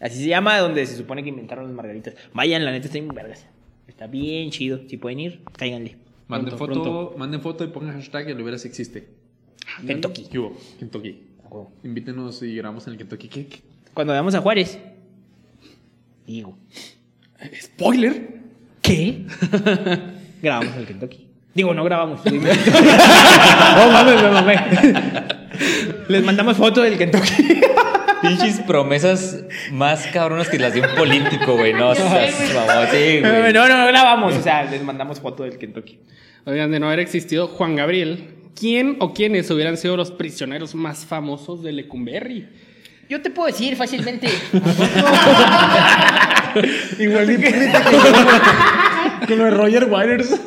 Speaker 1: Así se llama donde se supone que inventaron las margaritas. Vayan, la neta está bien vergas. Está bien chido. Si pueden ir, cáiganle.
Speaker 5: Manden
Speaker 3: Pronto,
Speaker 5: foto,
Speaker 3: pronto.
Speaker 5: manden foto y pongan hashtag el hubiera si existe.
Speaker 1: Kentucky.
Speaker 5: ¿Qué hubo? Kentucky. Invítenos y grabamos en el Kentucky. ¿Qué? ¿Qué?
Speaker 1: Cuando vayamos a Juárez. Digo.
Speaker 3: Spoiler.
Speaker 1: ¿Qué? grabamos el Kentucky. Digo, no grabamos. fuimos.
Speaker 3: No mames, me mamé.
Speaker 1: Les mandamos foto del Kentucky.
Speaker 2: Pinches promesas más cabronas que las de un político, güey. No, seas mamón. Sí, güey.
Speaker 1: No, no, no grabamos. O sea, les mandamos foto del Kentucky.
Speaker 3: Oigan, de no haber existido Juan Gabriel, ¿quién o quiénes hubieran sido los prisioneros más famosos de Lecumberri?
Speaker 1: Yo te puedo decir fácilmente.
Speaker 5: Igual que lo de Roger Waters.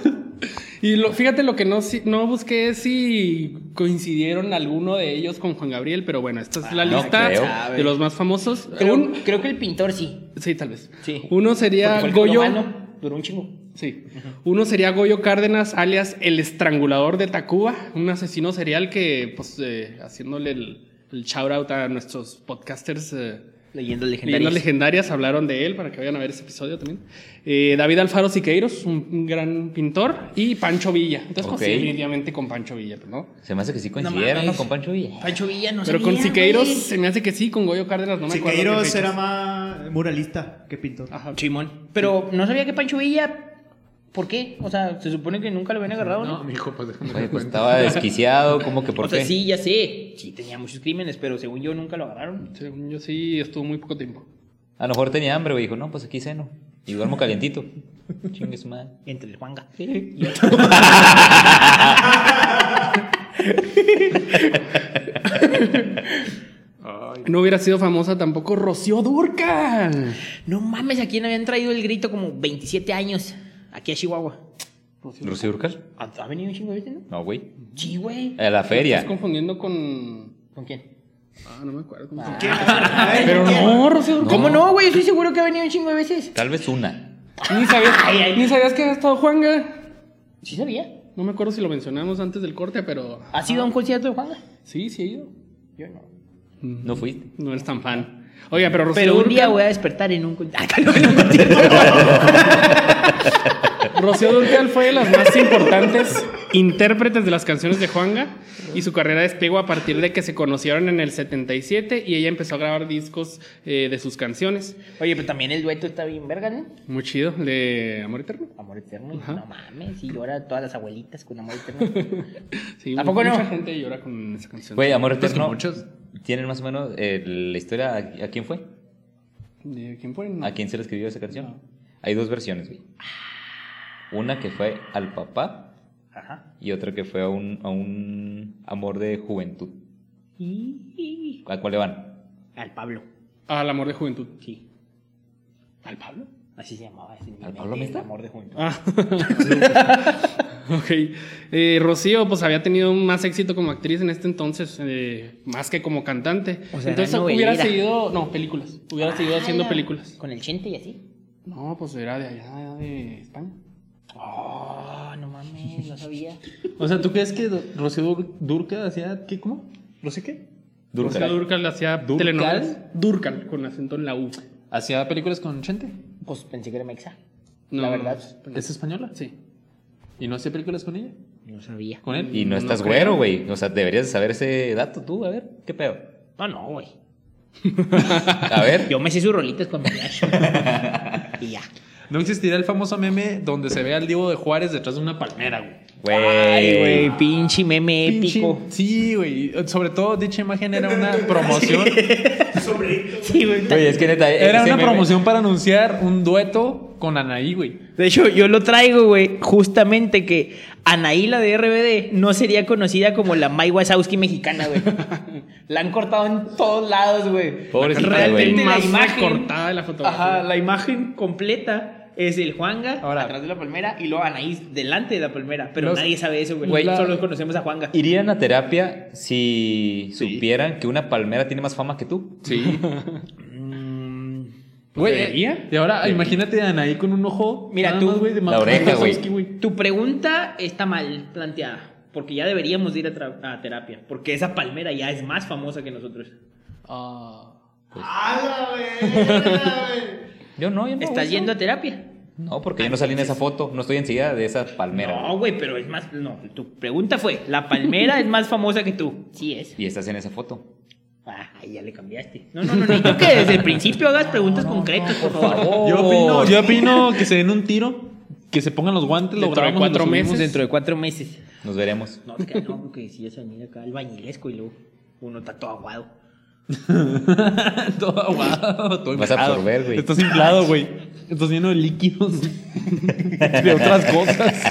Speaker 3: Y lo, fíjate lo que no, si- no busqué es si coincidieron alguno de ellos con Juan Gabriel, pero bueno, esta es la
Speaker 2: Ah, no
Speaker 3: lista
Speaker 2: creo.
Speaker 3: de los más famosos.
Speaker 1: creo,
Speaker 3: Un-
Speaker 1: creo que el pintor sí.
Speaker 3: sí, tal vez.
Speaker 1: Sí.
Speaker 3: Uno
Speaker 1: Porque
Speaker 3: sería
Speaker 1: fue el que
Speaker 3: Goyo.
Speaker 1: lo ganó, Duró un chingo.
Speaker 3: Sí. Uno sería Goyo Cárdenas, alias el estrangulador de Tacuba, un asesino serial que, pues, eh, haciéndole el, el shout out a nuestros podcasters. eh,
Speaker 1: Leyendas
Speaker 3: leyendas legendarias hablaron de él para que vayan a ver ese episodio también. Eh, David Alfaro Siqueiros, un, un gran pintor, y Pancho Villa. Entonces, pues,
Speaker 2: Ok.
Speaker 3: sí, definitivamente con Pancho Villa, pero ¿no?
Speaker 2: Se me hace que sí coincidieron,
Speaker 1: No
Speaker 2: ¿no?
Speaker 1: mames.
Speaker 2: Con Pancho Villa.
Speaker 1: Pancho Villa no
Speaker 3: pero con
Speaker 1: sabía,
Speaker 3: Siqueiros
Speaker 1: güey.
Speaker 3: se me hace que sí, con Goyo Cárdenas, no me acuerdo. qué
Speaker 4: Siqueiros
Speaker 3: fechas.
Speaker 4: era más muralista que pintor.
Speaker 3: Ajá.
Speaker 1: Chimón. Pero no sabía que Pancho Villa. ¿Por qué? O sea, se supone que nunca lo habían agarrado, ¿no?
Speaker 5: No, mi pues déjame
Speaker 2: Güey,
Speaker 5: dar
Speaker 2: pues
Speaker 5: cuenta.
Speaker 2: estaba desquiciado, ¿cómo que por
Speaker 1: o sea,
Speaker 2: qué?
Speaker 1: sí, ya sé. Sí, tenía muchos crímenes, pero según yo nunca lo agarraron.
Speaker 3: Según yo sí, estuvo muy poco tiempo.
Speaker 2: A lo mejor tenía hambre, güey. Dijo, no, pues aquí ceno. Y duermo calientito. Chingue su madre.
Speaker 1: Entre el Juanga.
Speaker 3: No hubiera sido famosa tampoco Rocío Durcal.
Speaker 1: No mames, ¿a quién habían traído el grito como 27 años? Aquí a Chihuahua.
Speaker 2: ¿Rocío Durcal?
Speaker 1: ¿Ha ha venido un chingo de veces, no?
Speaker 2: No, güey.
Speaker 1: Sí, güey.
Speaker 2: A la
Speaker 3: Estás
Speaker 2: feria.
Speaker 3: confundiendo con...
Speaker 1: ¿Con quién?
Speaker 3: Ah, no me acuerdo.
Speaker 4: A ver,
Speaker 3: Pero
Speaker 4: ¿quién?
Speaker 3: no, Rocío Durcal.
Speaker 1: ¿Cómo no, güey? Estoy seguro que ha venido un chingo de veces.
Speaker 2: Tal vez una.
Speaker 3: Ni sabías,
Speaker 1: Ay, ay.
Speaker 3: ni sabías que ha estado Juanga.
Speaker 1: Sí sabía.
Speaker 3: No me acuerdo si lo mencionamos antes del corte, pero
Speaker 1: ¿Ha sido a un concierto de Juanga?
Speaker 3: sí, sí ha ido.
Speaker 1: Yo no.
Speaker 2: No fuiste.
Speaker 3: No eres tan fan. Oiga, pero Rocío
Speaker 1: Pero un
Speaker 3: Durcal-
Speaker 1: día voy a despertar en un Ah, concierto. en un concierto.
Speaker 3: Rocío Durcal fue de las más importantes intérpretes de las canciones de Juanga y su carrera despegó a partir de que se conocieron en el 77 y ella empezó a grabar discos eh, de sus canciones.
Speaker 1: Oye, pero también el dueto está bien verga, ¿no?
Speaker 3: Muy chido, de Amor Eterno.
Speaker 1: Amor eterno.
Speaker 3: Ajá.
Speaker 1: No mames, y llora todas las abuelitas con amor eterno.
Speaker 3: Sí,
Speaker 1: ¿A poco no?
Speaker 3: mucha gente llora con esa canción.
Speaker 2: Güey, Amor
Speaker 5: Pues que
Speaker 2: Eterno.
Speaker 5: muchos.
Speaker 2: ¿Tienen más o menos eh, la historia? ¿A, a quién fue?
Speaker 3: ¿De quién fue?
Speaker 2: ¿A quién se le escribió esa canción? Hay dos versiones, güey. Una que fue al papá
Speaker 1: Ajá.
Speaker 2: y otra que fue a un, a un amor de juventud.
Speaker 1: Y...
Speaker 2: ¿A cuál le van?
Speaker 1: Al Pablo.
Speaker 3: Al amor de juventud.
Speaker 1: Sí.
Speaker 3: ¿Al Pablo?
Speaker 1: Así se llamaba. ese
Speaker 2: ¿Al Pablo Mesta?
Speaker 1: El amor de juventud.
Speaker 3: Ah. ok. Eh, Rocío, pues había tenido más éxito como actriz en este entonces, eh, más que como cantante.
Speaker 1: O sea, era
Speaker 3: entonces hubiera
Speaker 1: novelera.
Speaker 3: seguido, no, películas. Hubiera seguido haciendo
Speaker 1: Ah,
Speaker 3: películas.
Speaker 1: Con el chente y así.
Speaker 3: No, pues era de allá, de España.
Speaker 1: Oh, no mames, no sabía.
Speaker 5: O sea, ¿tú crees que Do- Rocío Dur- Durca hacía qué? ¿Cómo? ¿Rocío qué?
Speaker 2: Durcal.
Speaker 3: Rocío Durcal hacía
Speaker 5: ¿Durcal?
Speaker 3: telenovelas. Durcal, con acento en la U.
Speaker 5: ¿Hacía películas con Chente?
Speaker 1: Pues pensé que era Mexa.
Speaker 3: No,
Speaker 1: La verdad.
Speaker 5: ¿Es española?
Speaker 3: Sí.
Speaker 5: ¿Y no hacía películas con ella?
Speaker 1: No sabía.
Speaker 5: ¿Con él?
Speaker 2: Y no, estás
Speaker 3: creo.
Speaker 2: güero, güey. O sea, deberías de saber ese dato tú. A ver, ¿qué pedo?
Speaker 1: No, no, güey.
Speaker 2: A ver.
Speaker 1: Yo me sé sus rolitas con Mariachi. y ya.
Speaker 5: No existirá el famoso meme donde se ve al Divo de Juárez detrás de una palmera, güey.
Speaker 1: Ay,
Speaker 2: Güey.
Speaker 1: güey, pinche meme épico.
Speaker 5: Pinche- Sí, güey. Sobre todo, dicha imagen era una promoción.
Speaker 1: Sí, güey.
Speaker 2: Güey, es que neta.
Speaker 5: Era
Speaker 2: ese
Speaker 5: una
Speaker 2: meme-
Speaker 5: promoción para anunciar un dueto con Anaí, güey.
Speaker 1: De hecho, yo lo traigo, güey, justamente que Anaíla de RBD no sería conocida como la Mai Wazowski mexicana, güey. la han cortado en todos lados, güey.
Speaker 2: Pobrecita,
Speaker 1: Realmente
Speaker 2: güey.
Speaker 1: la
Speaker 3: Más
Speaker 1: imagen,
Speaker 3: recortada de la fotografía.
Speaker 1: ajá, la imagen completa es el Juanga
Speaker 5: Ahora-
Speaker 1: atrás de la palmera y luego Anaís delante de la palmera, pero
Speaker 5: Los-
Speaker 1: nadie sabe eso, güey.
Speaker 5: Güey, la-
Speaker 1: Solo conocemos a Juanga.
Speaker 2: ¿Irían a terapia si supieran que una palmera tiene más fama que tú?
Speaker 5: Sí.
Speaker 3: Pues,
Speaker 5: Güey,
Speaker 3: ¿debería?
Speaker 5: y ahora imagínate a Anaí con un ojo.
Speaker 1: Mira,
Speaker 5: nada
Speaker 1: tú-
Speaker 5: más, güey, de
Speaker 2: La
Speaker 5: Manuel
Speaker 2: oreja, güey.
Speaker 5: Wazowski,
Speaker 1: Tu pregunta está mal planteada, porque ya deberíamos de ir a, tra- a terapia, porque esa palmera ya es más famosa que nosotros.
Speaker 5: Ah.
Speaker 4: ¡A la verga, güey!
Speaker 2: Yo no, yo no.
Speaker 1: ¿Estás
Speaker 2: güey,
Speaker 1: yendo a terapia?
Speaker 2: No, No, porque yo no salí en esa foto. No estoy enseguida de esa palmera.
Speaker 1: No,
Speaker 2: güey.
Speaker 1: güey, pero es más. No, tu pregunta fue: ¿la palmera es más famosa que tú? Sí es.
Speaker 2: Y estás en esa foto.
Speaker 1: Ah, ahí ya le cambiaste. No, no, no, necesito que desde el principio hagas preguntas concretas, por favor.
Speaker 2: Oh.
Speaker 5: Yo, opino, yo opino que se den un tiro, que se pongan los guantes, lo
Speaker 3: Dentro de
Speaker 5: grabamos y lo
Speaker 3: cuatro
Speaker 5: subimos.
Speaker 3: meses.
Speaker 1: Dentro de cuatro meses.
Speaker 2: Nos veremos.
Speaker 1: No, es que no, porque si es venir acá al bañilesco y luego uno está todo aguado.
Speaker 5: todo aguado, todo
Speaker 2: Vas a
Speaker 5: inflado.
Speaker 2: absorber, güey.
Speaker 5: Estás inflado, güey. Estás lleno de líquidos. de otras cosas.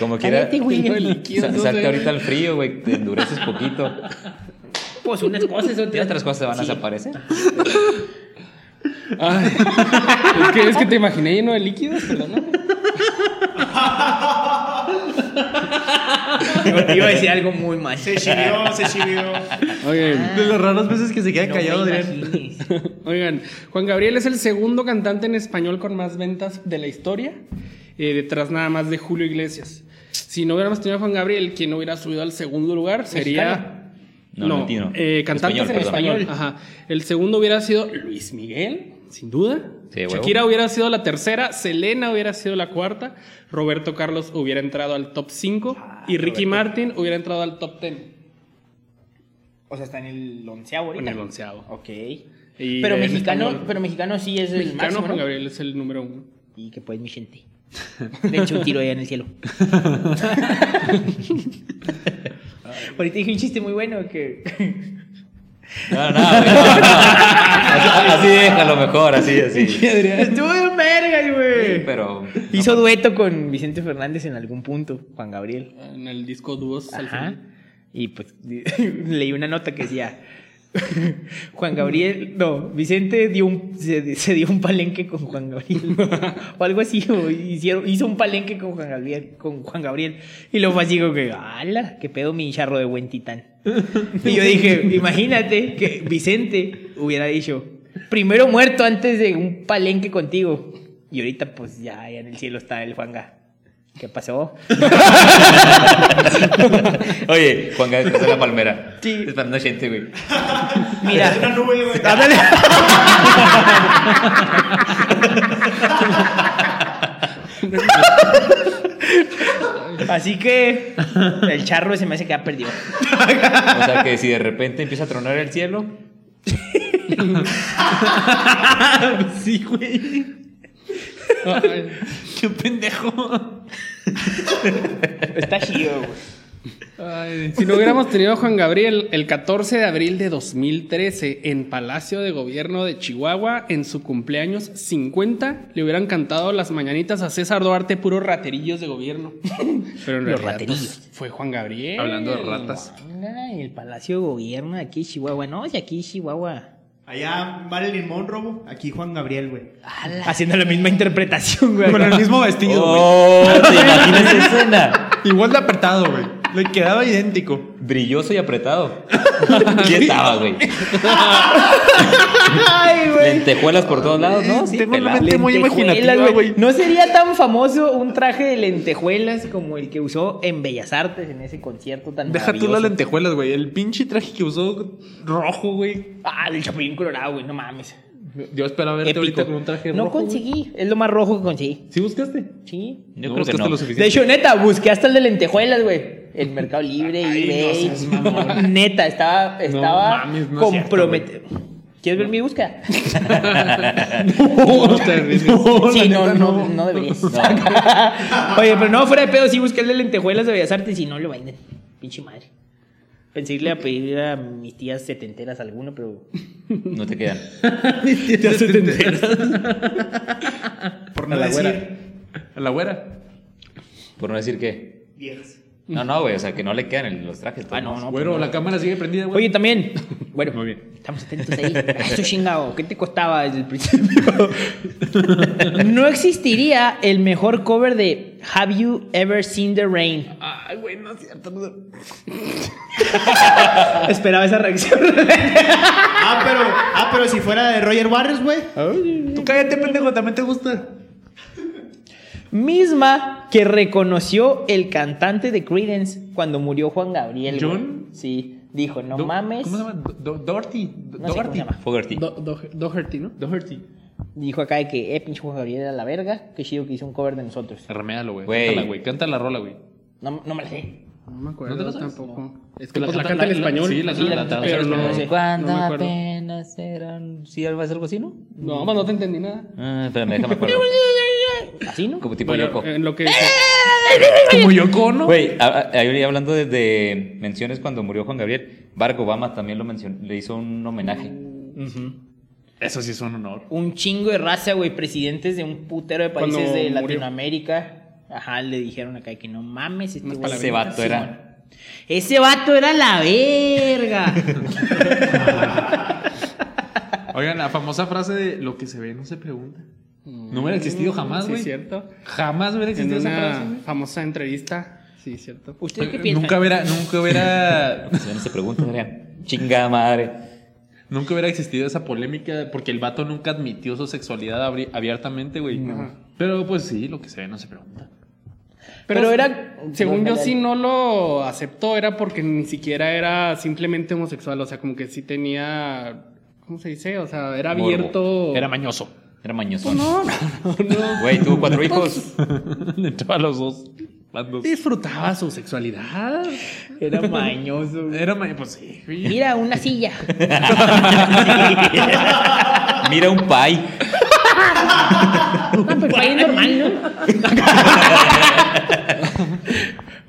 Speaker 2: Como quiera.
Speaker 1: Cállate, güey. eh.
Speaker 2: sa-
Speaker 3: no
Speaker 2: Salte
Speaker 3: sé.
Speaker 2: ahorita al frío, güey. Te endureces poquito.
Speaker 1: Pues unas cosas,
Speaker 2: Y
Speaker 1: otras.
Speaker 2: otras cosas se van a
Speaker 1: Sí.
Speaker 2: desaparecer.
Speaker 3: Ay, es, que, es que te imaginé lleno de líquidos, pero no.
Speaker 1: Iba- Iba a decir algo muy mal.
Speaker 4: Se chivió, se chivió.
Speaker 3: Oye,
Speaker 1: Ah,
Speaker 5: De las raras veces que se queda
Speaker 1: No me
Speaker 5: callado, Adrián.
Speaker 1: imagines.
Speaker 3: Oigan, Juan Gabriel es el segundo cantante en español con más ventas de la historia, eh, detrás nada más de Julio Iglesias. Si no hubiéramos tenido a Juan Gabriel, quien hubiera subido al segundo lugar sería...
Speaker 2: No, latino.
Speaker 3: eh, cantantes
Speaker 2: Español,
Speaker 3: en
Speaker 2: perdón.
Speaker 3: español. Ajá. El segundo hubiera sido Luis Miguel, sin duda.
Speaker 2: Sí, huevo.
Speaker 3: Shakira hubiera sido la tercera, Selena hubiera sido la cuarta, Roberto Carlos hubiera entrado al top 5
Speaker 2: Ah,
Speaker 3: y Ricky Martin hubiera entrado al top 10
Speaker 1: O sea, está en el onceavo
Speaker 3: en
Speaker 1: ahorita.
Speaker 3: el onceavo.
Speaker 1: Ok.
Speaker 3: Y
Speaker 1: Pero
Speaker 3: en
Speaker 1: mexicano,
Speaker 3: español,
Speaker 1: pero mexicano sí es el
Speaker 3: mexicano,
Speaker 1: máximo,
Speaker 3: Juan
Speaker 1: ¿no?
Speaker 3: Gabriel es el número uno.
Speaker 1: Y que pues mi gente. Le echo un tiro allá en el cielo. Ahorita dije un chiste muy bueno que.
Speaker 2: No, no, güey, no, no. Así así déjalo mejor, así, así.
Speaker 1: Estuvo bien verga, güey.
Speaker 2: Pero.
Speaker 1: Hizo dueto con Vicente Fernández en algún punto, Juan Gabriel.
Speaker 3: En el disco Dúos al
Speaker 1: Ajá.
Speaker 3: final.
Speaker 1: Y pues leí una nota que decía. Juan Gabriel, no, Vicente dio un, se, se dio un palenque con Juan Gabriel. o algo así, o hicieron, hizo un palenque con Juan Gabriel, con Juan Gabriel. Y lo fue así como que, ala, qué pedo mi charro de buen titán. y yo dije, imagínate que Vicente hubiera dicho, primero muerto antes de un palenque contigo. Y ahorita, pues ya, allá en el cielo está el Juanga. ¿Qué pasó?
Speaker 2: Oye, Juan Gabriel está en la palmera.
Speaker 1: Sí.
Speaker 2: Esperando gente, güey.
Speaker 1: Mira.
Speaker 4: Es una nube, güey.
Speaker 1: Ándale. Así que el charro se me hace que ha perdido.
Speaker 2: O sea que si de repente empieza a tronar el cielo,
Speaker 5: Sí, güey. Qué pendejo.
Speaker 1: Está chido, güey.
Speaker 3: Ay, si no hubiéramos tenido a Juan Gabriel el 14 de abril de 2013 en Palacio de Gobierno de Chihuahua, en su cumpleaños 50, le hubieran cantado las mañanitas a César Duarte, puros raterillos de gobierno. Pero en
Speaker 1: Los
Speaker 3: realidad, pues,
Speaker 1: raterillos.
Speaker 3: fue Juan Gabriel.
Speaker 5: Hablando de ratas.
Speaker 1: Ay, el Palacio de Gobierno de aquí, Chihuahua. No, y aquí, Chihuahua.
Speaker 4: Allá Marilyn Monroe, güey. aquí Juan Gabriel, güey.
Speaker 1: Haciendo la misma interpretación, güey.
Speaker 5: Con el mismo vestido, güey.
Speaker 2: ¡Oh! ¿Te imaginas esa escena?
Speaker 5: Igual de apretado, güey. Le quedaba idéntico.
Speaker 2: Brilloso y apretado. ¿Quién estaba, güey?
Speaker 1: Ay, güey.
Speaker 2: Lentejuelas por todos lados, ¿no? Sí,
Speaker 5: Tengo la
Speaker 2: pelado.
Speaker 5: mente muy
Speaker 1: Lentejuelas,
Speaker 5: imaginativa, güey.
Speaker 1: No sería tan famoso un traje de lentejuelas como el que usó en Bellas Artes en ese concierto tan
Speaker 5: Deja tú las
Speaker 1: maravilloso.
Speaker 5: lentejuelas, güey. El pinche traje que usó rojo, güey.
Speaker 1: Ah, el Chapulín Colorado, güey, no mames.
Speaker 5: Yo esperaba verte
Speaker 1: Épico.
Speaker 5: ahorita con un traje
Speaker 1: no
Speaker 5: rojo. güey.
Speaker 1: conseguí, es lo más rojo que conseguí.
Speaker 5: ¿Sí buscaste?
Speaker 1: Sí.
Speaker 2: Yo
Speaker 5: No
Speaker 2: creo que
Speaker 5: buscaste
Speaker 2: no.
Speaker 5: lo
Speaker 1: De
Speaker 5: suficiente.
Speaker 1: hecho, neta, busqué hasta el de lentejuelas, güey. El Mercado Libre, eBay. neta, estaba, estaba
Speaker 5: mames, no es cierto,
Speaker 1: comprometido. ¿Quieres ver mi búsqueda?
Speaker 5: No te ríes.
Speaker 1: sí,
Speaker 5: la
Speaker 1: no,
Speaker 5: neta,
Speaker 1: no, no deberías. Oye, pero no, fuera de pedo, sí busqué el de lentejuelas de Bellas Artes y no lo venden. Pinche madre. Pensé irle a pedir a mis tías setenteras alguno, pero.
Speaker 2: No te quedan.
Speaker 5: Ya se te enteras.
Speaker 4: Por
Speaker 5: A
Speaker 4: no
Speaker 5: la
Speaker 4: decir
Speaker 5: güera. A la güera.
Speaker 2: Por no decir qué.
Speaker 4: viejas.
Speaker 2: No, no, güey. O sea, que no le quedan el- los trajes. pues.
Speaker 1: Ah, no, no.
Speaker 5: Bueno, la cámara sigue prendida, güey.
Speaker 1: Oye, también. Bueno,
Speaker 5: Muy bien.
Speaker 1: estamos atentos ahí. Eso chingado, ¿qué te costaba desde el principio? no existiría el mejor cover de Have You Ever Seen the Rain.
Speaker 5: Ay, güey, no es cierto. no-
Speaker 1: Esperaba esa reacción.
Speaker 4: Ah, pero, ah, pero si fuera de Roger Waters, güey.
Speaker 5: Tú cállate, pendejo, también te gusta.
Speaker 1: Misma que reconoció el cantante de Creedence cuando murió Juan Gabriel. güey.
Speaker 5: ¿John?
Speaker 1: Sí. Dijo, no
Speaker 5: Do-
Speaker 1: mames.
Speaker 5: ¿Cómo se llama? Do- Do- Doherty. Do-
Speaker 1: No sé cómo se
Speaker 5: Doherty.
Speaker 1: llama.
Speaker 2: Fogarty.
Speaker 3: Do- Do- Doherty, ¿no?
Speaker 5: Doherty.
Speaker 1: Dijo acá de que, eh, pinche Juan Gabriel era la verga. Qué chido que hizo un cover de nosotros.
Speaker 5: Remédalo, güey.
Speaker 2: Güey.
Speaker 5: Cántala, güey. Canta la rola, güey.
Speaker 1: No, no me la sé.
Speaker 3: No me acuerdo
Speaker 5: ¿No te lo sabes?
Speaker 3: tampoco. Es que
Speaker 5: Que la
Speaker 3: pues, la canta
Speaker 5: canta-
Speaker 3: en
Speaker 5: la-
Speaker 3: español.
Speaker 5: sí, la-
Speaker 1: Sí, la-
Speaker 5: la-
Speaker 3: pero
Speaker 1: la-
Speaker 3: no,
Speaker 1: sí.
Speaker 3: no me acuerdo.
Speaker 2: apenas eran. Sí, algo es algo así, ¿no?
Speaker 3: No, pues, no te entendí nada.
Speaker 2: Ah, espérame, déjame acuerdo.
Speaker 1: ¿Así, no?
Speaker 2: Como tipo
Speaker 3: Bueno,
Speaker 2: Yoko.
Speaker 3: en lo que
Speaker 5: Como Yoko, ¿no?
Speaker 2: Güey, a- a- ahí hablando de, de menciones cuando murió Juan Gabriel, Barack Obama también lo mencionó, le hizo un homenaje.
Speaker 5: Eso sí es un honor.
Speaker 1: un chingo de raza, güey, presidentes de un putero de países
Speaker 3: Cuando
Speaker 1: de
Speaker 3: murió.
Speaker 1: Latinoamérica. Ajá, le dijeron acá que no mames, este güey-
Speaker 2: Ese vato era.
Speaker 1: Ese vato era la verga.
Speaker 5: Oigan, la famosa frase de lo que se ve no se pregunta. No hubiera existido jamás,
Speaker 3: Mm, Sí,
Speaker 5: güey.
Speaker 3: cierto.
Speaker 5: Jamás hubiera
Speaker 3: En
Speaker 5: existido esa frase,
Speaker 3: una
Speaker 5: güey.
Speaker 3: famosa entrevista. Sí, cierto.
Speaker 1: ¿Ustedes qué
Speaker 5: Eh,
Speaker 1: piensan?
Speaker 5: Nunca hubiera, nunca hubiera,
Speaker 2: Si no se pregunta, Adrián. Chingada madre.
Speaker 5: nunca hubiera existido esa polémica porque el vato nunca admitió su sexualidad abri- abiertamente, güey.
Speaker 3: Ajá.
Speaker 5: Pero pues sí, lo que se ve no se pregunta.
Speaker 1: Pero era-
Speaker 3: Según yo,
Speaker 1: Dale,
Speaker 3: si
Speaker 1: dale.
Speaker 3: no lo aceptó, era porque ni siquiera era simplemente homosexual. O sea, como que sí tenía. ¿Cómo se dice? O sea, era
Speaker 2: Morbo.
Speaker 3: abierto.
Speaker 5: Era mañoso.
Speaker 2: Era
Speaker 1: Pues
Speaker 2: mañosón.
Speaker 3: No, no, no, no.
Speaker 2: Güey, tuvo cuatro hijos.
Speaker 5: Le entraba a los dos bandos.
Speaker 3: Disfrutaba su sexualidad.
Speaker 1: Era mañoso. güey.
Speaker 5: Era ma- pues sí. güey.
Speaker 1: Mira, una silla.
Speaker 2: Mira un pay.
Speaker 1: No, pero Ah, pues, ahí es normal,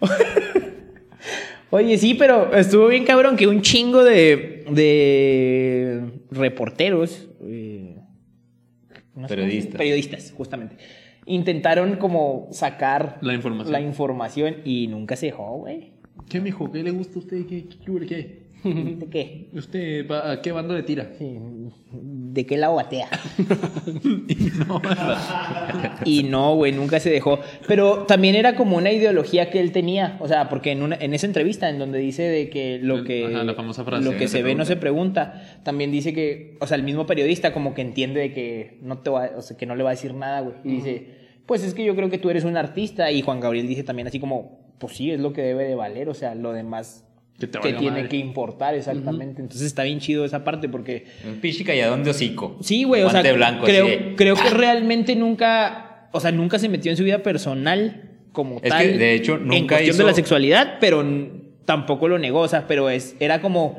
Speaker 1: ¿no? Oye, sí, pero estuvo bien cabrón que un chingo de, de reporteros, eh, no sé cómo se dice,
Speaker 2: Periodistas.
Speaker 1: periodistas, justamente, intentaron como sacar
Speaker 5: La información.
Speaker 1: la información y nunca se dejó, güey.
Speaker 5: ¿Qué, mijo? ¿Qué le gusta a usted? ¿Qué? ¿Qué? qué, qué?
Speaker 1: ¿De qué?
Speaker 5: ¿Usted va- a qué bando le tira?
Speaker 1: Sí, de qué lado batea.
Speaker 5: No,
Speaker 1: Y no, güey, nunca se dejó. Pero también era como una ideología que él tenía. O sea, porque en, una- en esa entrevista en donde dice de que lo que,
Speaker 5: Ajá, la famosa frase,
Speaker 1: lo
Speaker 5: que
Speaker 1: que,
Speaker 5: no
Speaker 1: se
Speaker 5: se
Speaker 1: ve no
Speaker 5: pregunta.
Speaker 1: se pregunta, también dice que, o sea, el mismo periodista como que entiende de que no, te va, o sea, que no le va a decir nada, güey. Y dice, pues es que yo creo que tú eres un artista. Y Juan Gabriel dice también así como, pues sí, es lo que debe de valer. O sea, lo demás
Speaker 5: Que te
Speaker 1: que
Speaker 5: valga
Speaker 1: tiene
Speaker 5: madre.
Speaker 1: que importar exactamente. Entonces está bien chido esa parte porque...
Speaker 2: Un pinche calladón de hocico.
Speaker 1: Sí, güey, o sea,
Speaker 2: Guante blanco,
Speaker 1: creo,
Speaker 2: así de- Ah.
Speaker 1: creo que realmente nunca, o sea, nunca se metió en su vida personal como
Speaker 2: Es
Speaker 1: tal.
Speaker 2: que, de hecho,
Speaker 1: en
Speaker 2: nunca
Speaker 1: cuestión de
Speaker 2: hizo-
Speaker 1: la sexualidad, pero n- tampoco lo negó, o sea, pero es era como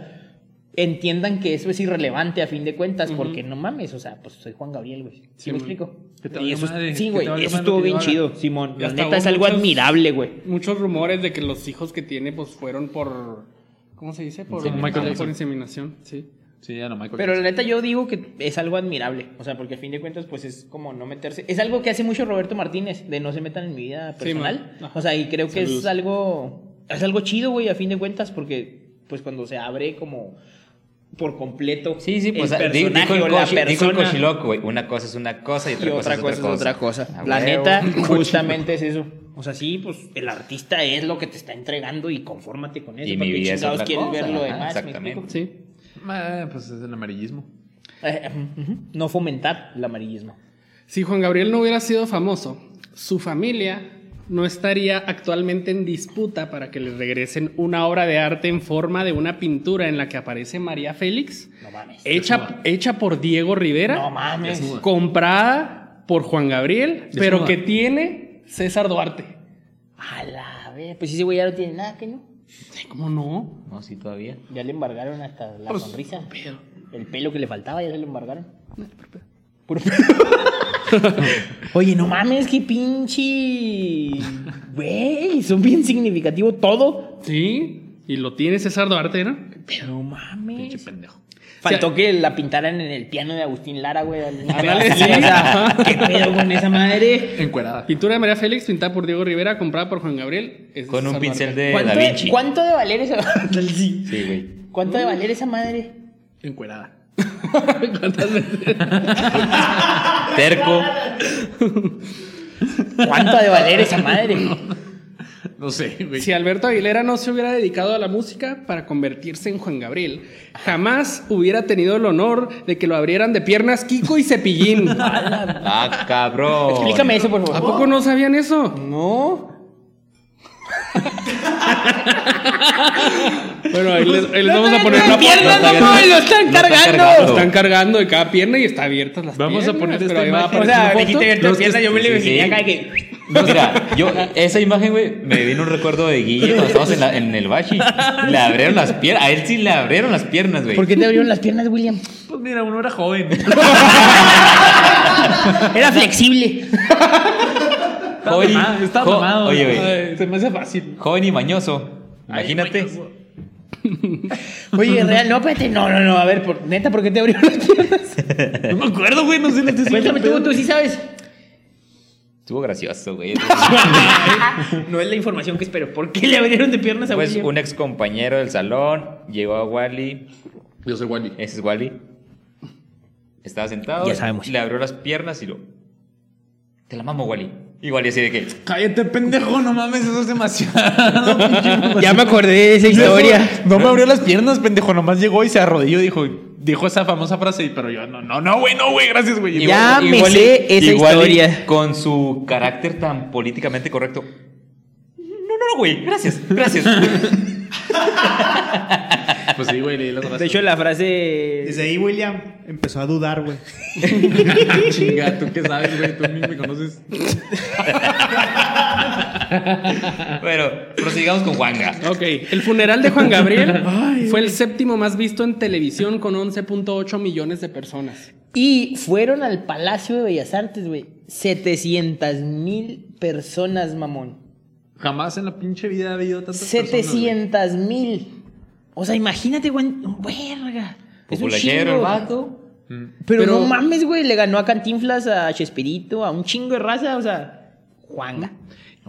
Speaker 1: entiendan que eso es irrelevante a fin de cuentas, porque no mames, o sea, pues soy Juan Gabriel, güey. ¿Sí,
Speaker 5: Sí,
Speaker 1: me
Speaker 5: güey.
Speaker 1: explico?
Speaker 5: Que
Speaker 1: Y
Speaker 5: te valga
Speaker 1: eso, es-
Speaker 5: madre,
Speaker 1: sí,
Speaker 5: que
Speaker 1: güey,
Speaker 5: te valga
Speaker 1: eso
Speaker 5: madre
Speaker 1: estuvo
Speaker 5: lo que
Speaker 1: bien
Speaker 5: yo haga.
Speaker 1: chido, Simón.
Speaker 3: Y
Speaker 1: La
Speaker 3: hasta
Speaker 1: neta es
Speaker 3: hubo
Speaker 1: algo
Speaker 3: muchos-
Speaker 1: admirable, güey.
Speaker 3: Muchos rumores de que los hijos que tiene pues fueron por ¿cómo se dice? Por
Speaker 5: Inseminación.
Speaker 3: Michael por inseminación, sí.
Speaker 5: Sí, ya no, Michael.
Speaker 1: Pero la neta yo digo que es algo admirable, o sea, porque a fin de cuentas pues es como no meterse, es algo que hace mucho Roberto Martínez, de no se metan en mi vida
Speaker 3: Sí, man.
Speaker 1: personal,
Speaker 3: Ajá.
Speaker 1: o sea, y creo que
Speaker 3: Saludos.
Speaker 1: es algo, es algo chido, güey, a fin de cuentas, porque pues cuando se abre como por completo
Speaker 2: Sí, sí, pues
Speaker 1: el
Speaker 2: ah, di-
Speaker 1: personaje
Speaker 2: dijo,
Speaker 1: o
Speaker 2: el
Speaker 1: la
Speaker 2: cochi- dijo el
Speaker 1: persona
Speaker 2: cochiloco, güey. Una cosa es una cosa y otra,
Speaker 1: y otra cosa es otra cosa.
Speaker 2: A
Speaker 1: La
Speaker 2: huevo.
Speaker 1: neta justamente es eso. O sea, sí, pues el artista es lo que te está entregando y confórmate con eso.
Speaker 2: Y
Speaker 1: ¿para
Speaker 2: mi
Speaker 1: qué
Speaker 2: vida es
Speaker 1: chingados
Speaker 2: otra
Speaker 1: quieres
Speaker 2: cosa,
Speaker 1: ver lo
Speaker 2: ajá,
Speaker 1: demás? ¿Me
Speaker 2: exactamente.
Speaker 1: explico?
Speaker 3: Sí.
Speaker 5: Ah, pues es el amarillismo.
Speaker 1: Eh, ujú, ujú. No fomentar el amarillismo.
Speaker 3: Si Juan Gabriel no hubiera sido famoso, su familia no estaría actualmente en disputa para que les regresen una obra de arte en forma de una pintura en la que aparece María Félix,
Speaker 1: No mames.
Speaker 3: hecha, hecha por Diego Rivera.
Speaker 1: No mames.
Speaker 5: Desnuda.
Speaker 3: comprada por Juan Gabriel,
Speaker 5: Desnuda.
Speaker 3: pero que tiene César Duarte.
Speaker 1: A la vez. Pues ese güey ya no tiene nada, que no?
Speaker 3: ¿Cómo no?
Speaker 2: No, sí, todavía.
Speaker 1: Ya le embargaron hasta la
Speaker 3: Pues,
Speaker 1: sonrisa.
Speaker 3: Pero,
Speaker 1: El pelo que le faltaba ya se lo embargaron. Puro pedo. Oye, no mames, qué pinche. Güey, son bien significativo todo.
Speaker 3: sí, y lo tiene César Duarte, ¿no?
Speaker 1: Pero
Speaker 5: Pinche
Speaker 1: mames.
Speaker 5: pendejo.
Speaker 1: Faltó que la pintaran en el piano de Agustín Lara, güey. al-
Speaker 3: Ándale,
Speaker 1: Ah, Sí, o
Speaker 3: sí.
Speaker 1: sea, Eh, ¿Qué pedo con esa madre?
Speaker 5: Encuerada.
Speaker 3: Pintura de María Félix, pintada por Diego Rivera, comprada por Juan Gabriel. es de
Speaker 2: Con un
Speaker 3: César
Speaker 2: pincel
Speaker 3: Duarte.
Speaker 2: de Da
Speaker 1: ¿Cuánto,
Speaker 2: Vinci.
Speaker 1: ¿Cuánto de valer esa Sí.
Speaker 2: Sí, güey.
Speaker 1: ¿Cuánto de valer esa madre?
Speaker 5: Encuerada.
Speaker 3: ¿Cuántas veces?
Speaker 2: Terco.
Speaker 1: ¿Cuánto de valer esa madre?
Speaker 5: No sé, güey.
Speaker 3: Si Alberto Aguilera no se hubiera dedicado a la música para convertirse en Juan Gabriel, jamás hubiera tenido el honor de que lo abrieran de piernas Kiko y Cepillín.
Speaker 2: Ah, cabrón.
Speaker 1: Oh, Explícame eso, por
Speaker 3: ¿A
Speaker 1: favor.
Speaker 3: poco no sabían eso?
Speaker 1: No.
Speaker 3: Bueno, ahí les, ahí les vamos a poner
Speaker 1: no,
Speaker 3: una
Speaker 1: no, piernas,
Speaker 3: foto.
Speaker 1: no,
Speaker 5: Pues,
Speaker 2: está
Speaker 1: mames, lo están
Speaker 2: no está
Speaker 1: cargando.
Speaker 2: cargado.
Speaker 3: Lo están cargando de cada pierna y está abiertas las
Speaker 5: Vamos a
Speaker 3: piernas,
Speaker 5: poner
Speaker 3: pero
Speaker 5: esta
Speaker 3: ahí va a
Speaker 5: imagen.
Speaker 1: O
Speaker 3: aparecer
Speaker 1: sea,
Speaker 3: una
Speaker 1: me
Speaker 3: foto.
Speaker 1: quité
Speaker 5: Los
Speaker 1: la pierna,
Speaker 5: que-
Speaker 1: yo me
Speaker 2: sí,
Speaker 1: le
Speaker 2: sí, sí.
Speaker 1: acá de que.
Speaker 2: Mira, yo, esa imagen, güey, me vino un recuerdo de Guille cuando estábamos en, la- en el bachi. Le abrieron las piernas. A él sí le abrieron las piernas, güey.
Speaker 1: ¿Por qué te abrieron las piernas, William?
Speaker 5: Pues mira, uno era joven.
Speaker 1: Era flexible.
Speaker 2: Joven y-
Speaker 5: mamado, está
Speaker 2: jo-
Speaker 5: mamado.
Speaker 2: Oye, güey.
Speaker 3: Ay, se me hace fácil.
Speaker 2: Joven y mañoso. Imagínate.
Speaker 1: Oye, real, no, espérate. No, no, no. A ver, por- neta, ¿por qué te abrieron las piernas?
Speaker 5: No me acuerdo, güey. No sé, no te sé.
Speaker 1: Cuéntame tú, tú sí sabes.
Speaker 2: Estuvo gracioso, güey.
Speaker 1: No es la información que espero. ¿Por qué le abrieron de piernas a
Speaker 2: Pues
Speaker 1: William?
Speaker 2: un ex compañero del salón llegó a Wally.
Speaker 5: Yo soy Wally.
Speaker 2: Ese es Wally. Estaba sentado.
Speaker 1: Ya sabemos.
Speaker 2: Le abrió las piernas y lo. Te la mamo, Wally. Y Wally así de que.
Speaker 5: Cállate, pendejo. No mames, eso es demasiado.
Speaker 1: Ya me acordé de esa historia.
Speaker 5: No me abrió las piernas, pendejo. Nomás llegó y se arrodilló. Dijo, dijo esa famosa frase. Pero yo, no, no, no, güey, no, güey. Gracias, güey.
Speaker 1: Ya. me
Speaker 2: Wally-
Speaker 1: sé esa
Speaker 2: y Wally,
Speaker 1: historia.
Speaker 2: Con su carácter tan políticamente correcto. No, no, no, güey. Gracias, gracias.
Speaker 5: Pues sí, güey, leí las frases.
Speaker 1: De hecho, la frase.
Speaker 4: Desde ahí William empezó a dudar, güey.
Speaker 5: Ah, Chinga, tú qué sabes, güey. Tú ni me conoces.
Speaker 2: bueno, prosigamos con Juanga.
Speaker 3: Ok, el funeral de Juan Gabriel fue el séptimo más visto en televisión con 11.8 millones de personas.
Speaker 1: Y fueron al Palacio de Bellas Artes, güey. 700 mil personas, mamón.
Speaker 5: Jamás en la pinche vida ha habido tantas personas,
Speaker 1: 700 mil. O sea, imagínate, güey. Verga. Es un
Speaker 2: Populachero,
Speaker 1: chingo.
Speaker 2: el vato.
Speaker 1: Pero,
Speaker 3: Pero-
Speaker 1: no mames, güey. Le ganó a Cantinflas, a Chespirito, a un chingo de raza. O sea, Juanga.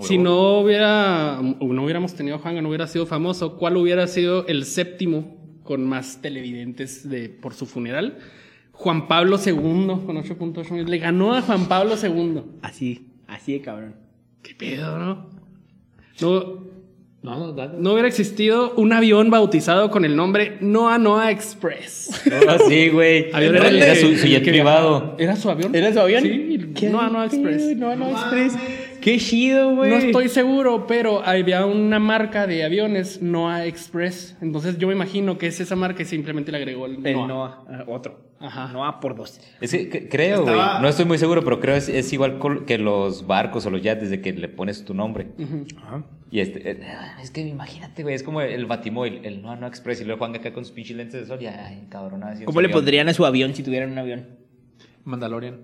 Speaker 3: Si no hubiera, o no hubiéramos tenido a Juan, no hubiera sido famoso, ¿cuál hubiera sido el séptimo con más televidentes de, por su funeral? Juan Pablo II con 8.8 millones. Le ganó a Juan Pablo II.
Speaker 1: Así, así de cabrón.
Speaker 3: ¿Qué pedo, no? No,
Speaker 5: No, no, dale.
Speaker 3: no hubiera existido un avión bautizado con el nombre Noa Noa Express.
Speaker 2: Ah, sí, güey.
Speaker 3: Avión
Speaker 2: Era
Speaker 3: de-
Speaker 2: su, su jet
Speaker 3: que-
Speaker 2: privado.
Speaker 3: ¿Era su avión?
Speaker 1: ¿Era su avión?
Speaker 3: Sí, Noa Noa Express.
Speaker 1: No, no, Express. Qué chido, güey.
Speaker 3: No estoy seguro, pero había una marca de aviones, Noah Express. Entonces yo me imagino que es esa marca y simplemente le agregó el,
Speaker 1: El
Speaker 3: Noah.
Speaker 1: Noah, ah, otro.
Speaker 3: Ajá.
Speaker 1: Noah por dos.
Speaker 2: Es que c- creo, güey.
Speaker 4: Estaba-
Speaker 2: No estoy muy seguro, pero creo es, es igual col- que los barcos o los yates de que le pones tu nombre.
Speaker 3: Ujú.
Speaker 2: Y este, eh, es que imagínate, güey, es como el Batimóvil, el No No Express, y luego Juan acá con sus pinches lentes de sol y ay, cabrón, así en
Speaker 1: ¿Cómo
Speaker 2: su
Speaker 1: le
Speaker 2: avión.
Speaker 1: pondrían a su avión si tuvieran un avión?
Speaker 5: Mandalorian.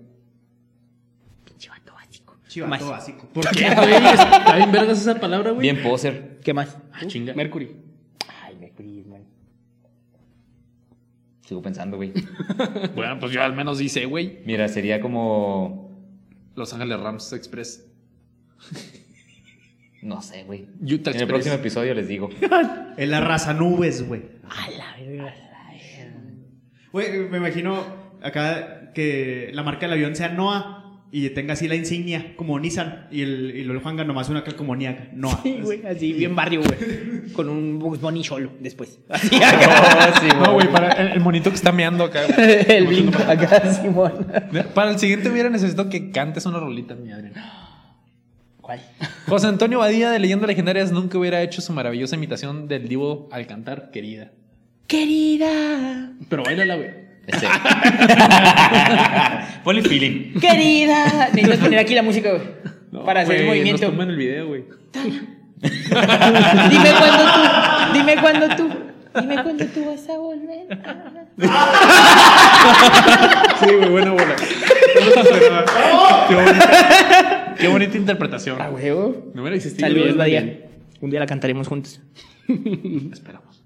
Speaker 1: Chivato básico.
Speaker 4: Chivato
Speaker 1: Más.
Speaker 4: básico.
Speaker 5: ¿Por qué, güey? Está bien vergas esa palabra, güey.
Speaker 2: Bien poser.
Speaker 1: ¿Qué más?
Speaker 5: Ah, chinga.
Speaker 3: Mercury.
Speaker 1: Ay, me fríes, man.
Speaker 2: Sigo pensando, güey.
Speaker 5: Bueno, pues yo al menos dice, güey.
Speaker 2: Mira, sería como.
Speaker 5: Los Ángeles Rams Express.
Speaker 2: No sé, güey.
Speaker 5: Utah
Speaker 2: En el
Speaker 5: Express.
Speaker 2: próximo episodio les digo.
Speaker 4: En la raza nubes, güey.
Speaker 1: A la verga.
Speaker 4: Güey, me imagino acá que la marca del avión sea Noah y tenga así la insignia como Nissan y el y lo Juanga nomás una acá como Niaca. Noah.
Speaker 1: Sí, güey, así bien barrio, güey. Con un Bugs Bunny solo después. Así
Speaker 2: No, sí,
Speaker 5: No, güey, para el, el monito que está meando acá. güey.
Speaker 1: el brinco acá, Simón.
Speaker 5: Para el siguiente hubiera necesito que cantes una rolita, mi Adrián.
Speaker 1: ¿Cuál?
Speaker 5: José Antonio Badía de Leyendas Legendarias nunca hubiera hecho su maravillosa imitación del divo al cantar, querida.
Speaker 1: Querida,
Speaker 3: Pero bailala, güey.
Speaker 2: Este. Ponle feeling.
Speaker 1: querida. Necesitas poner aquí la música, güey. para hacer el
Speaker 5: Güey,
Speaker 1: movimiento.
Speaker 5: Nos toman el video, güey.
Speaker 1: Dime cuándo tú. Dime cuándo tú. Dime cuándo tú vas a volver. a-
Speaker 5: Sí, güey, buena bola.
Speaker 1: ¡Oh!
Speaker 5: Qué bonita interpretación.
Speaker 1: A huevo.
Speaker 5: No hubiera existido.
Speaker 1: Saludos,
Speaker 5: güey.
Speaker 1: Badía. Un día la cantaremos juntos.
Speaker 5: Esperamos.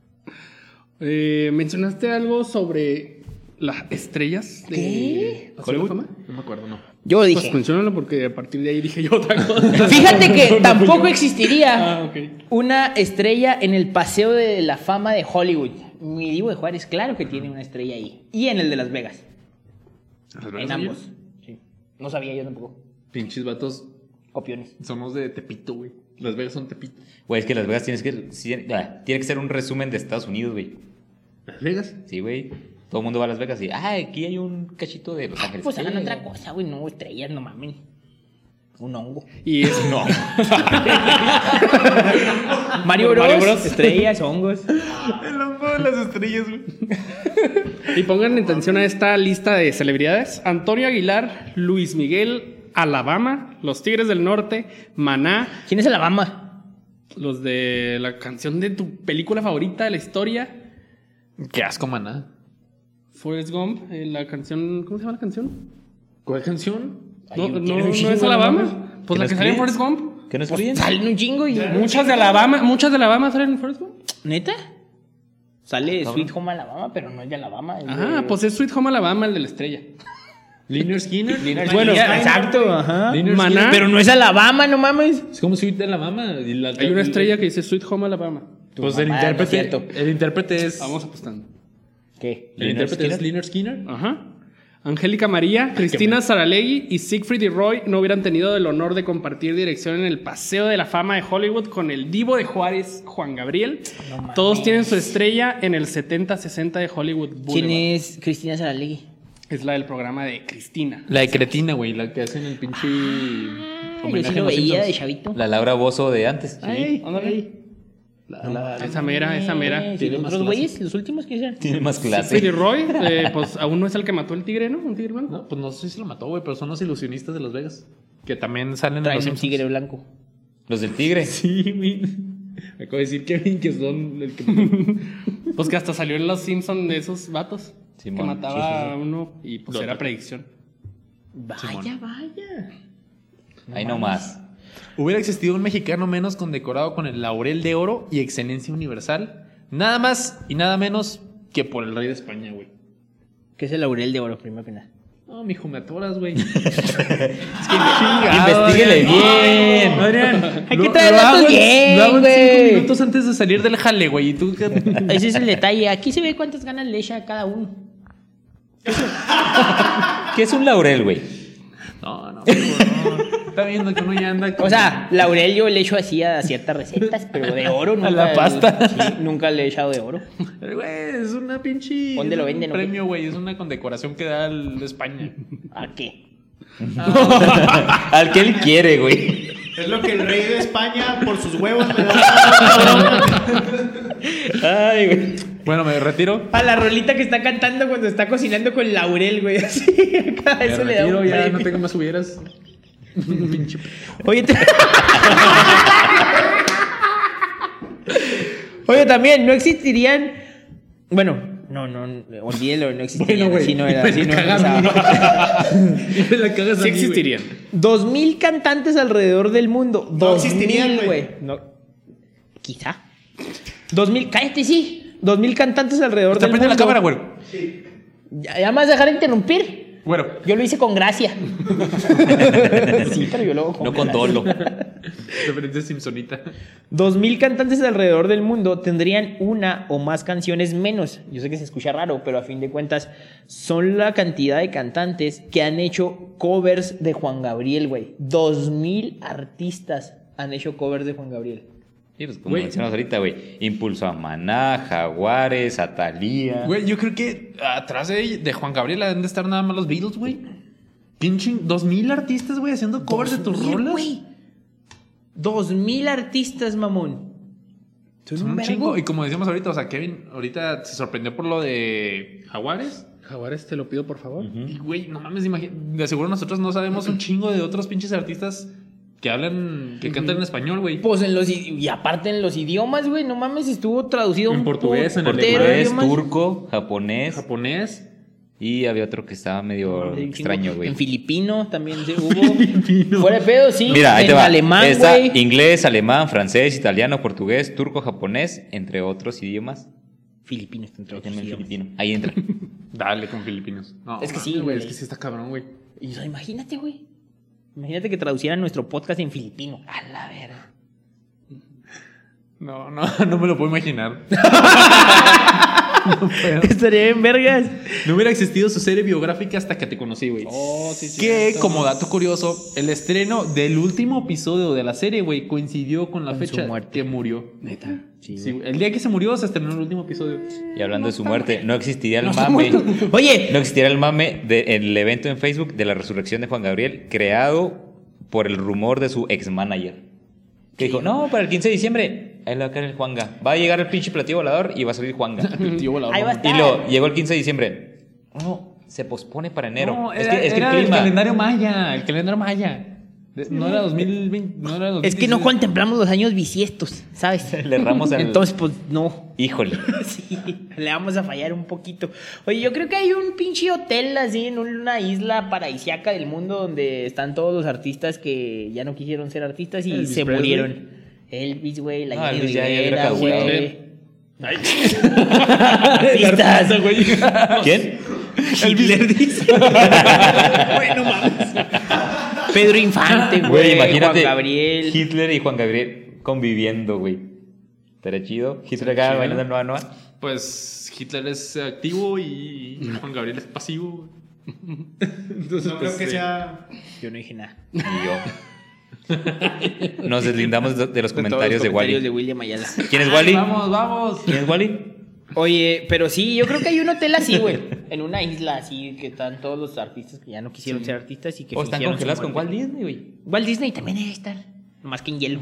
Speaker 3: Eh, mencionaste algo sobre las estrellas de
Speaker 1: ¿Qué?
Speaker 3: Paseo de la Fama.
Speaker 5: No me acuerdo, no.
Speaker 1: Yo
Speaker 3: Pues
Speaker 1: dije.
Speaker 3: menciónalo porque a partir de ahí dije yo otra cosa.
Speaker 1: Fíjate
Speaker 3: No, no,
Speaker 1: que
Speaker 3: no,
Speaker 1: tampoco
Speaker 3: yo.
Speaker 1: existiría
Speaker 3: Ah, ok.
Speaker 1: una estrella en el Paseo de la Fama de Hollywood. Mi Divo de Juárez, claro que tiene una estrella ahí. Y en el de Las Vegas. En ambos. Sí. No sabía yo tampoco.
Speaker 5: Pinches vatos.
Speaker 1: Copiones.
Speaker 5: Somos de Tepito, güey. Las Vegas son Tepito.
Speaker 2: Güey, es que Las Vegas tienes que. sí, ah, Tiene que ser un resumen de Estados Unidos, güey.
Speaker 5: Las Vegas.
Speaker 2: Sí, güey. Todo el mundo va a Las Vegas y. Ah, aquí hay un cachito de Los
Speaker 3: Ah,
Speaker 2: Ángeles.
Speaker 1: Pues hagan
Speaker 2: Sí.
Speaker 1: otra cosa, güey. No, estrellas, no mamen. Un hongo.
Speaker 3: Y es no.
Speaker 1: Mario Bros.
Speaker 3: Mario Bros.
Speaker 1: Estrellas, hongos.
Speaker 5: El hombre de las estrellas, güey.
Speaker 3: Y pongan atención a esta lista de celebridades: Antonio Aguilar, Luis Miguel, Alabama, Los Tigres del Norte, Maná,
Speaker 1: ¿Quién es Alabama?
Speaker 3: los de la canción de tu película favorita de la historia,
Speaker 5: Qué asco, maná.
Speaker 3: Forrest Gump, eh, la canción. ¿Cómo se llama la canción?
Speaker 5: ¿Cuál canción?
Speaker 1: Ay,
Speaker 3: No,
Speaker 1: yo
Speaker 3: no,
Speaker 1: quiero un
Speaker 3: no
Speaker 1: chingo
Speaker 3: es
Speaker 1: de
Speaker 3: Alabama.
Speaker 1: Alabama.
Speaker 3: Pues la
Speaker 2: ¿Que no
Speaker 3: que sale en
Speaker 2: escribes?
Speaker 3: Forrest Gump.
Speaker 2: ¿Qué no es
Speaker 1: Pues
Speaker 2: bien?
Speaker 1: salen un chingo y.
Speaker 3: Muchas de Alabama, muchas de Alabama salen en Forrest Gump.
Speaker 1: ¿Neta? Sale
Speaker 2: cabrón.
Speaker 1: Sweet Home Alabama, pero no es de Alabama. es
Speaker 3: Ah,
Speaker 1: de-
Speaker 3: pues es Sweet Home Alabama, el de la estrella.
Speaker 5: Liner Skinner. Ah, Liner
Speaker 1: Bueno, exacto, ajá.
Speaker 5: Liner
Speaker 3: Maná.
Speaker 5: Skinner.
Speaker 1: Pero no es Alabama, no mames.
Speaker 5: Es como Sweet de la Mama. y la-
Speaker 3: Hay una estrella que dice Sweet Home Alabama.
Speaker 5: Pues
Speaker 1: Tu
Speaker 5: el
Speaker 1: mamá,
Speaker 5: intérprete.
Speaker 1: no es cierto.
Speaker 5: el intérprete es.
Speaker 3: Vamos apostando.
Speaker 1: ¿Qué?
Speaker 5: El intérprete es Liner Skinner.
Speaker 3: Ajá. Angélica
Speaker 5: Ah,
Speaker 3: María, Cristina Saralegui y Siegfried y Roy no hubieran tenido el honor de compartir dirección en el Paseo de la Fama de Hollywood con el divo de Juárez, Juan Gabriel. Todos tienen su estrella en el 70-60 de Hollywood Boulevard.
Speaker 1: ¿Quién es Cristina Saralegui?
Speaker 3: Es la del programa de Cristina.
Speaker 5: La de Cretina, güey. La que hacen el pinche.
Speaker 1: Yo sí lo
Speaker 5: los
Speaker 1: veía de
Speaker 5: Simpsons.
Speaker 1: chavito.
Speaker 2: La Laura Bozo de antes.
Speaker 5: Ey, ey.
Speaker 3: La- la- esa mera, esa mera.
Speaker 1: ¿Y
Speaker 5: Tiene
Speaker 1: los
Speaker 5: más
Speaker 1: otros
Speaker 5: clase.
Speaker 1: güeyes? ¿Los últimos que hicieron?
Speaker 2: Tiene más clase.
Speaker 3: Siegfried y Roy, eh, pues aún no es el que mató el tigre, ¿no? Un tigre blanco.
Speaker 5: No, pues no sé si lo mató, güey, pero son los ilusionistas de Las Vegas. Que también salen en los
Speaker 1: Traen un
Speaker 5: Simpsons.
Speaker 1: tigre blanco.
Speaker 2: Los del Tigre.
Speaker 5: Sí, güey. Me acabo de decir Kevin que son el que.
Speaker 3: Pues que hasta salió en Los Simpsons de esos vatos. que
Speaker 2: Simón.
Speaker 3: mataba
Speaker 2: Sí, sí, sí.
Speaker 3: a uno y pues
Speaker 5: Lo
Speaker 3: era
Speaker 5: otro.
Speaker 3: predicción.
Speaker 1: Vaya, vaya.
Speaker 2: Ahí nomás.
Speaker 5: Hubiera existido un mexicano menos condecorado con el Laurel de Oro y Excelencia Universal. Nada más y nada menos que por el rey de España, güey.
Speaker 1: ¿Qué es el laurel de oro, primero que nada?
Speaker 5: No, mijo, me atoras, güey. es que
Speaker 2: Investíguele bien.
Speaker 5: Adrián,
Speaker 1: Hay que traer datos
Speaker 5: hago en-
Speaker 1: bien,
Speaker 5: Lo hago en
Speaker 1: güey.
Speaker 5: cinco minutos antes de salir del jale, güey. Y tú,
Speaker 1: Ese es el detalle. Aquí se ve cuántas ganas le echa a cada uno.
Speaker 2: ¿Qué es un laurel, güey?
Speaker 5: No, no, por favor. Está viendo que uno ya anda con-
Speaker 1: O sea, laurel yo le echo así a ciertas recetas, pero de oro nunca.
Speaker 5: A la pasta.
Speaker 1: Sí, nunca le he echado de oro.
Speaker 5: Güey, es una pinche.
Speaker 1: ¿Dónde lo
Speaker 5: es un
Speaker 1: venden, o qué?
Speaker 5: premio, güey. Es una condecoración que da el España.
Speaker 1: ¿A qué?
Speaker 2: Al que él quiere, güey.
Speaker 4: Es lo que el rey de España por sus huevos le da.
Speaker 2: Ay, güey.
Speaker 5: Bueno, me retiro.
Speaker 1: A la rolita que está cantando cuando está cocinando con laurel, güey. Así, acá,
Speaker 5: Me
Speaker 1: eso le da
Speaker 5: retiro,
Speaker 1: un
Speaker 5: ya no
Speaker 1: premio.
Speaker 5: tengo más hubieras. Pinche-
Speaker 1: Oye, te- Oye, también, no existirían. Bueno, no, no, olvídelo, no existirían.
Speaker 5: Bueno, güey,
Speaker 1: así no era,
Speaker 5: me
Speaker 1: así no era.
Speaker 5: cagas,
Speaker 1: o sea,
Speaker 5: Y me la cagas a
Speaker 3: Sí
Speaker 5: mí, güey.
Speaker 3: existirían.
Speaker 1: 2000 cantantes alrededor del mundo.
Speaker 4: No
Speaker 1: 2000,
Speaker 4: existirían, güey.
Speaker 1: No, quizá. 2000, cállate, sí. 2000 cantantes alrededor
Speaker 5: Está
Speaker 1: del
Speaker 5: prende
Speaker 1: mundo.
Speaker 5: la cámara, güey.
Speaker 1: Ya, ya me vas a dejar de interrumpir.
Speaker 5: Bueno,
Speaker 1: Yo lo hice con gracia. sí, pero yo lo hago
Speaker 2: No
Speaker 1: gracia.
Speaker 2: condolo.
Speaker 5: referencia Simpsonita.
Speaker 1: 2000 cantantes de alrededor del mundo tendrían una o más canciones menos. Yo sé que se escucha raro, pero a fin de cuentas son la cantidad de cantantes que han hecho covers de Juan Gabriel, güey. 2000 artistas han hecho covers de Juan Gabriel.
Speaker 2: Sí, pues, como
Speaker 5: Güey.
Speaker 2: mencionamos ahorita, güey. Impulso a Maná, Jaguares, a Thalía.
Speaker 5: Güey, yo creo que atrás de, de Juan Gabriel han de estar nada más los Beatles, güey. Pinche dos mil artistas, güey, haciendo covers de tus
Speaker 1: Mil,
Speaker 5: rolas.
Speaker 1: güey. 2000 artistas, mamón.
Speaker 5: Son un
Speaker 1: vergo.
Speaker 5: chingo. Y como decíamos ahorita, o sea, Kevin ahorita se sorprendió por lo de Jaguares.
Speaker 3: Jaguares, te lo pido por favor.
Speaker 5: Y, güey, no mames, imagi- de seguro nosotros no sabemos un chingo de otros pinches artistas que hablan, que cantan en español, güey.
Speaker 1: Pues en los i- y aparte en los idiomas, güey, no mames, estuvo traducido
Speaker 5: En
Speaker 1: un
Speaker 5: portugués, en
Speaker 1: putero de
Speaker 5: alemán,
Speaker 2: Portugués,
Speaker 1: idiomas.
Speaker 2: turco, japonés.
Speaker 5: Japonés.
Speaker 2: Y había otro que estaba medio
Speaker 1: Hay un chingo.
Speaker 2: extraño, güey.
Speaker 1: En filipino también se hubo. Fuera de pedo, sí.
Speaker 2: Mira, ahí
Speaker 1: en
Speaker 2: te va.
Speaker 1: alemán,
Speaker 2: Está
Speaker 1: güey.
Speaker 2: inglés, alemán, francés, italiano, portugués, turco, japonés, entre otros idiomas.
Speaker 1: Filipino está entre otros
Speaker 2: También
Speaker 1: idiomas.
Speaker 2: filipino. Ahí entra.
Speaker 5: Dale con filipinos. No,
Speaker 1: Es que sí,
Speaker 5: mames, güey.
Speaker 1: güey.
Speaker 5: Es que sí está cabrón, güey.
Speaker 1: Y, o sea, imagínate, güey. Imagínate que traducieran nuestro podcast en filipino. A la verga.
Speaker 5: No, no, no me lo puedo imaginar. no puedo.
Speaker 1: Estaría en vergas.
Speaker 5: No hubiera existido su serie biográfica hasta que te conocí, güey.
Speaker 3: Oh, sí, sí.
Speaker 5: que,
Speaker 3: cierto.
Speaker 5: como dato curioso, el estreno del último episodio de la serie, güey, coincidió con la
Speaker 1: Con su
Speaker 5: fecha
Speaker 1: muerte.
Speaker 5: que murió.
Speaker 1: Neta. Sí,
Speaker 5: Sí,
Speaker 1: güey.
Speaker 5: güey. el día que se murió se estrenó el último episodio.
Speaker 2: Y hablando de su muerte, no existiría el mame.
Speaker 1: Oye,
Speaker 2: No existiera el mame del evento en Facebook de la resurrección de Juan Gabriel, creado por el rumor de su ex manager. Que dijo, no, para el 15 de diciembre, ahí le va a caer el Juanga. Va a llegar el pinche platillo volador y va a salir Juanga.
Speaker 5: El tío volador.
Speaker 1: Ahí va a estar.
Speaker 2: Y luego llegó el 15 de diciembre. No, se pospone para enero.
Speaker 5: No,
Speaker 2: es
Speaker 5: era-
Speaker 2: que, es que
Speaker 5: era
Speaker 2: el clima.
Speaker 5: calendario maya, el calendario maya. De- No era 2020, no era
Speaker 1: es que no
Speaker 5: 2016.
Speaker 1: contemplamos los años bisiestos, ¿sabes?
Speaker 2: Le erramos al-
Speaker 1: Entonces, pues no.
Speaker 2: Híjole.
Speaker 1: Sí, le vamos a fallar un poquito. Oye, yo creo que hay un pinche hotel así en una isla paradisiaca del mundo donde están todos los artistas que ya no quisieron ser artistas y
Speaker 5: Elvis
Speaker 1: se
Speaker 5: Presley.
Speaker 1: murieron. Elvis, güey, la
Speaker 2: Ah,
Speaker 1: Jenny
Speaker 2: Elvis ya- ya
Speaker 1: Rivera,
Speaker 2: hubiera
Speaker 1: güey.
Speaker 2: causado.
Speaker 1: Artistas.
Speaker 2: ¿Quién?
Speaker 1: Hitler dice. bueno, mames. Pedro Infante,
Speaker 2: Güey,
Speaker 1: güey.
Speaker 2: imagínate.
Speaker 1: Juan Gabriel.
Speaker 2: Hitler y Juan Gabriel conviviendo, güey. Estaría chido. Hitler acá
Speaker 5: chido.
Speaker 2: bailando el Noa Noa.
Speaker 5: Pues Hitler es activo y Juan Gabriel es pasivo. Entonces,
Speaker 4: No
Speaker 5: pues,
Speaker 4: creo que
Speaker 5: sí.
Speaker 4: sea.
Speaker 1: Yo no dije nada.
Speaker 2: Y yo. Nos deslindamos de, de los comentarios de,
Speaker 1: Comentarios de
Speaker 2: Wally.
Speaker 1: William Ayala.
Speaker 2: ¿Quién es Wally?
Speaker 5: Ah, Vamos, vamos.
Speaker 2: ¿Quién es Wally?
Speaker 1: Oye, pero sí, yo creo que hay un hotel así, güey. En una isla así que están todos los artistas que ya no quisieron ser artistas y que
Speaker 2: O están
Speaker 1: fingieron su
Speaker 2: congelados con Walt
Speaker 1: muerte.
Speaker 2: Disney, güey.
Speaker 1: Walt Disney también debe estar. Más que en hielo.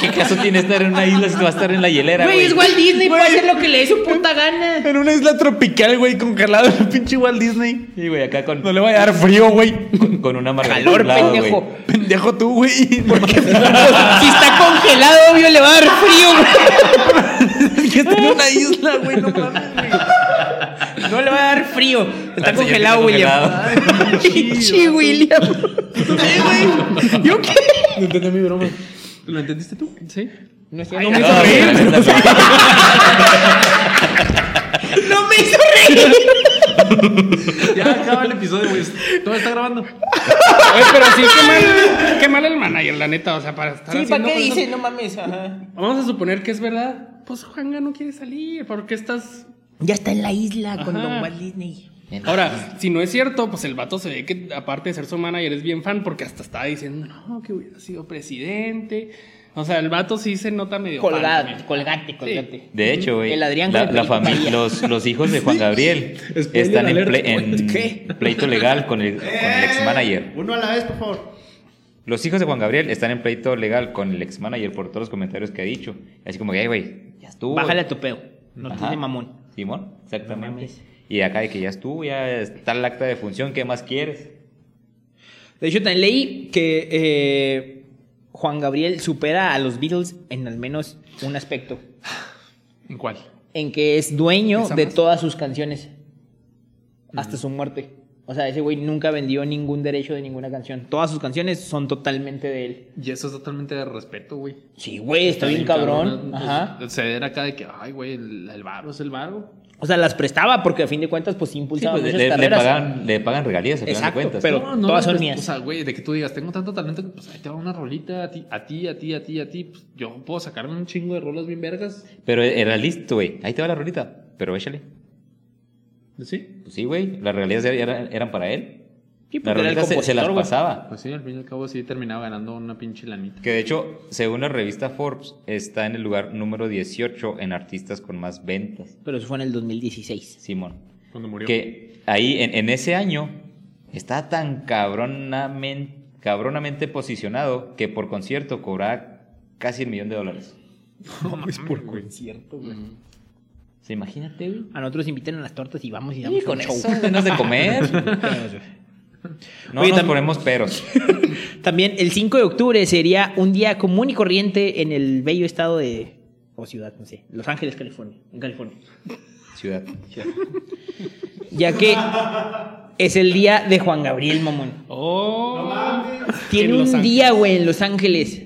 Speaker 2: ¿Qué caso tiene estar en una isla si te vas a estar en la hielera,
Speaker 1: Güey,
Speaker 2: güey?
Speaker 1: es Walt Disney, puede hacer lo que le dé su puta gana.
Speaker 5: En una isla tropical, güey, congelado en el pinche Walt Disney.
Speaker 2: Sí, güey, acá con,
Speaker 5: No le va a dar frío, güey.
Speaker 2: con, con una margarita.
Speaker 1: Calor,
Speaker 2: a un lado, güey.
Speaker 1: pendejo.
Speaker 5: Pendejo tú, güey. ¿Por qué?
Speaker 1: Si está congelado, obvio, le va a dar frío, güey.
Speaker 5: Porque está en una isla, güey, no mames, güey.
Speaker 1: No le va a dar frío. Está
Speaker 2: Al señor
Speaker 1: congelado,
Speaker 2: que está
Speaker 1: William. Sí, William. Eh, güey. ¿Yo qué?
Speaker 5: No entendí mi broma. ¿Lo entendiste tú?
Speaker 3: Sí.
Speaker 1: No,
Speaker 5: no me
Speaker 1: me
Speaker 5: hizo
Speaker 1: hizo reír.
Speaker 5: reír.
Speaker 1: No me hizo reír.
Speaker 5: Ya acaba el episodio, güey. Todo está grabando.
Speaker 3: Oye, pero sí, qué mal, qué mal el manager, la neta. O sea, para estar
Speaker 1: Sí, ¿para
Speaker 3: haciendo
Speaker 1: qué
Speaker 3: cosas-
Speaker 1: dices? No mames. Ajá.
Speaker 3: Vamos a suponer que es verdad. Pues Juanga no quiere salir. ¿Por qué estás
Speaker 1: Ya está en la isla con
Speaker 3: Ajá.
Speaker 1: Don Walt Disney.
Speaker 3: Ahora, si no es cierto, pues el vato se ve que aparte de ser su manager es bien fan porque hasta estaba diciendo, no, que hubiera sido presidente. O sea, el vato sí se nota medio fan
Speaker 1: Colgate,
Speaker 3: también.
Speaker 1: colgate, colgate.
Speaker 2: De hecho, güey,
Speaker 1: El Adrián con
Speaker 2: la,
Speaker 1: el
Speaker 2: la
Speaker 1: pelito
Speaker 2: fami-
Speaker 1: María.
Speaker 2: los, los hijos de Juan Gabriel
Speaker 5: Spoiler
Speaker 2: están en,
Speaker 5: alert.
Speaker 2: ple- en
Speaker 5: ¿Qué?
Speaker 2: pleito legal con el, con el ex-manager.
Speaker 4: Eh, Uno a la vez, por favor.
Speaker 2: Los hijos de Juan Gabriel están en pleito legal con el ex-manager por todos los comentarios que ha dicho. Así como que, "Ey, güey, ya estuvo.
Speaker 1: Bájale
Speaker 2: güey".
Speaker 1: a tu peo. No
Speaker 2: Ajá.
Speaker 1: tiene mamón.
Speaker 2: Simón,
Speaker 1: No
Speaker 2: exactamente.
Speaker 1: mames.
Speaker 2: y acá de que ya estuvo, ya está el acta de función, ¿qué más quieres?
Speaker 1: De hecho, también leí que eh, Juan Gabriel supera a los Beatles en al menos un aspecto.
Speaker 5: ¿En cuál?
Speaker 1: En que es dueño
Speaker 5: ¿Esa
Speaker 1: de
Speaker 5: más?
Speaker 1: todas sus canciones. Hasta su muerte. O sea, ese güey nunca vendió ningún derecho de ninguna canción. Todas sus canciones son totalmente de él.
Speaker 5: Y eso es totalmente de respeto, güey.
Speaker 1: Sí, güey, está bien cabrón.
Speaker 5: ¿no?
Speaker 1: Ajá.
Speaker 5: Pues, Ceder acá de que, ay, güey, el, el varo es el varo.
Speaker 1: O sea, las prestaba porque a fin de cuentas, pues sí
Speaker 2: Sí,
Speaker 1: impulsaba
Speaker 2: pues, le,
Speaker 1: muchas
Speaker 2: le
Speaker 1: carreras.
Speaker 2: pagan, le pagan regalías, al final de
Speaker 1: Exacto,
Speaker 2: cuentas.
Speaker 1: pero- todas son
Speaker 5: pues,
Speaker 1: mías.
Speaker 5: O sea, güey, de que tú digas, tengo tanto talento que pues ahí te va una rolita a ti, a ti, a ti, a ti, a ti. Pues, yo puedo sacarme un chingo de rolas bien vergas.
Speaker 2: Pero era listo, güey. Ahí te va la rolita, pero échale.
Speaker 5: ¿Sí?
Speaker 2: Pues sí, güey, las regalías eran, eran para él.
Speaker 1: Sí,
Speaker 2: Las
Speaker 1: porque era el
Speaker 2: regalías se, se las
Speaker 1: compositor, güey.
Speaker 2: pasaba.
Speaker 5: Pues sí, al fin y al cabo sí terminaba ganando una pinche lanita.
Speaker 2: Que de hecho, según la revista Forbes, está en el lugar número 18 en artistas con más ventas.
Speaker 1: Pero eso fue en el 2016.
Speaker 2: Simón.
Speaker 5: Cuando murió.
Speaker 2: Que ahí, en, en ese año, está tan cabronamente, cabronamente posicionado que por concierto cobraba casi el millón de dólares.
Speaker 5: es por concierto, güey.
Speaker 2: ¿Se imagínate, güey?
Speaker 1: A nosotros invitan a las tortas y vamos y damos
Speaker 2: Y con
Speaker 1: un show.
Speaker 2: eso, menos de comer. No
Speaker 1: Oye,
Speaker 2: nos
Speaker 1: tam-
Speaker 2: ponemos peros.
Speaker 1: También el 5 de octubre sería un día común y corriente en el bello estado de. o ciudad, no sé. Los Ángeles, California. En California.
Speaker 2: Ciudad.
Speaker 1: Ya que es el día de Juan Gabriel, mamón.
Speaker 3: Oh,
Speaker 1: Tiene
Speaker 3: En Los
Speaker 1: un día, güey, en Los Ángeles.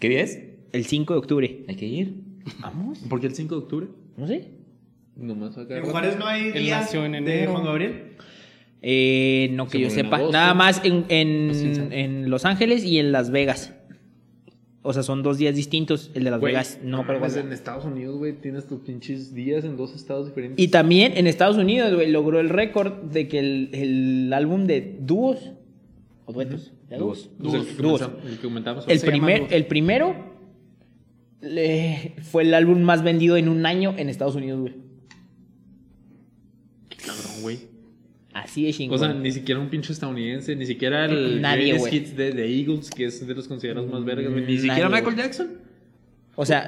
Speaker 2: ¿Qué día es?
Speaker 1: El 5 de octubre.
Speaker 2: Hay que ir.
Speaker 1: Vamos.
Speaker 5: ¿Por qué el 5 de octubre?
Speaker 1: No sé.
Speaker 5: Nomás acá.
Speaker 4: En Juárez no hay
Speaker 3: Él
Speaker 4: día
Speaker 3: nació en
Speaker 4: de
Speaker 3: enero.
Speaker 4: Juan Gabriel.
Speaker 1: Eh, no que
Speaker 5: Se
Speaker 1: yo
Speaker 5: murió en
Speaker 1: sepa.
Speaker 5: agosto.
Speaker 1: Nada más en, en-
Speaker 5: Pues, quién sabe.
Speaker 1: en Los Ángeles y en Las Vegas. O sea, son dos días distintos. El de Las
Speaker 5: Güey,
Speaker 1: Vegas, no, pero
Speaker 5: mames, en Estados Unidos, güey, tienes tus pinches días en dos estados diferentes.
Speaker 1: Y también en Estados Unidos, güey, logró el récord de que el, el álbum de dúos o duetos, ¿ya
Speaker 2: Dúos.
Speaker 5: Pues el
Speaker 1: Dúos.
Speaker 5: que
Speaker 1: dúos.
Speaker 5: comenzamos- El que comentábamos.
Speaker 1: El
Speaker 5: se llama
Speaker 1: primer,
Speaker 5: dúos.
Speaker 1: el primero le- fue el álbum más vendido en un año en Estados Unidos, güey.
Speaker 5: Cabrón, güey.
Speaker 1: Así de chingón.
Speaker 5: O sea, ni siquiera un pinche estadounidense, ni siquiera el
Speaker 1: Nadie,
Speaker 5: Greatest
Speaker 1: güey.
Speaker 5: Hits de, de Eagles, que es de los considerados más vergas, güey. Ni
Speaker 1: Nadie,
Speaker 5: siquiera Michael
Speaker 1: güey.
Speaker 5: Jackson.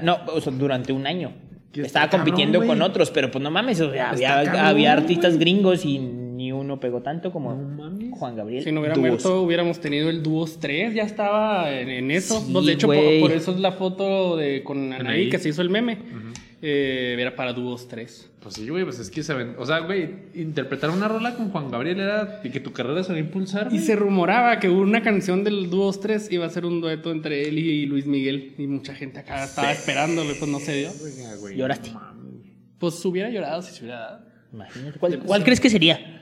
Speaker 1: no, o sea, durante un año.
Speaker 5: Que
Speaker 1: Estaba
Speaker 5: está
Speaker 1: compitiendo
Speaker 5: cabrón,
Speaker 1: con
Speaker 5: güey.
Speaker 1: otros, pero pues no mames, o sea,
Speaker 5: Está
Speaker 1: había,
Speaker 5: cabrón,
Speaker 1: había artistas
Speaker 5: güey.
Speaker 1: gringos y ni uno pegó tanto como
Speaker 5: No mames.
Speaker 1: Juan Gabriel.
Speaker 3: si no hubiera
Speaker 1: Dúos.
Speaker 3: muerto, hubiéramos tenido el Dúos 3, ya estaba en, en eso.
Speaker 1: Sí,
Speaker 3: No, de hecho, por,
Speaker 1: güey.
Speaker 3: por eso es la foto de con Anaí
Speaker 5: Anaí.
Speaker 3: que se hizo el meme. Eh, era para Dúos 3.
Speaker 5: Pues sí, güey, pues es que se ven. O sea, güey, interpretar una rola con Juan Gabriel era. Y que tu carrera se va a impulsar.
Speaker 3: Y
Speaker 5: güey.
Speaker 3: se rumoraba que una canción del Dúos 3 iba a ser un dueto entre él y Luis Miguel. Y mucha gente acá estaba esperándolo, y pues no se dio.
Speaker 5: Verga, güey,
Speaker 1: Lloraste.
Speaker 5: no mames, güey.
Speaker 3: Pues hubiera llorado si se hubiera dado.
Speaker 1: Imagínate, ¿cuál, cuál crees que sería?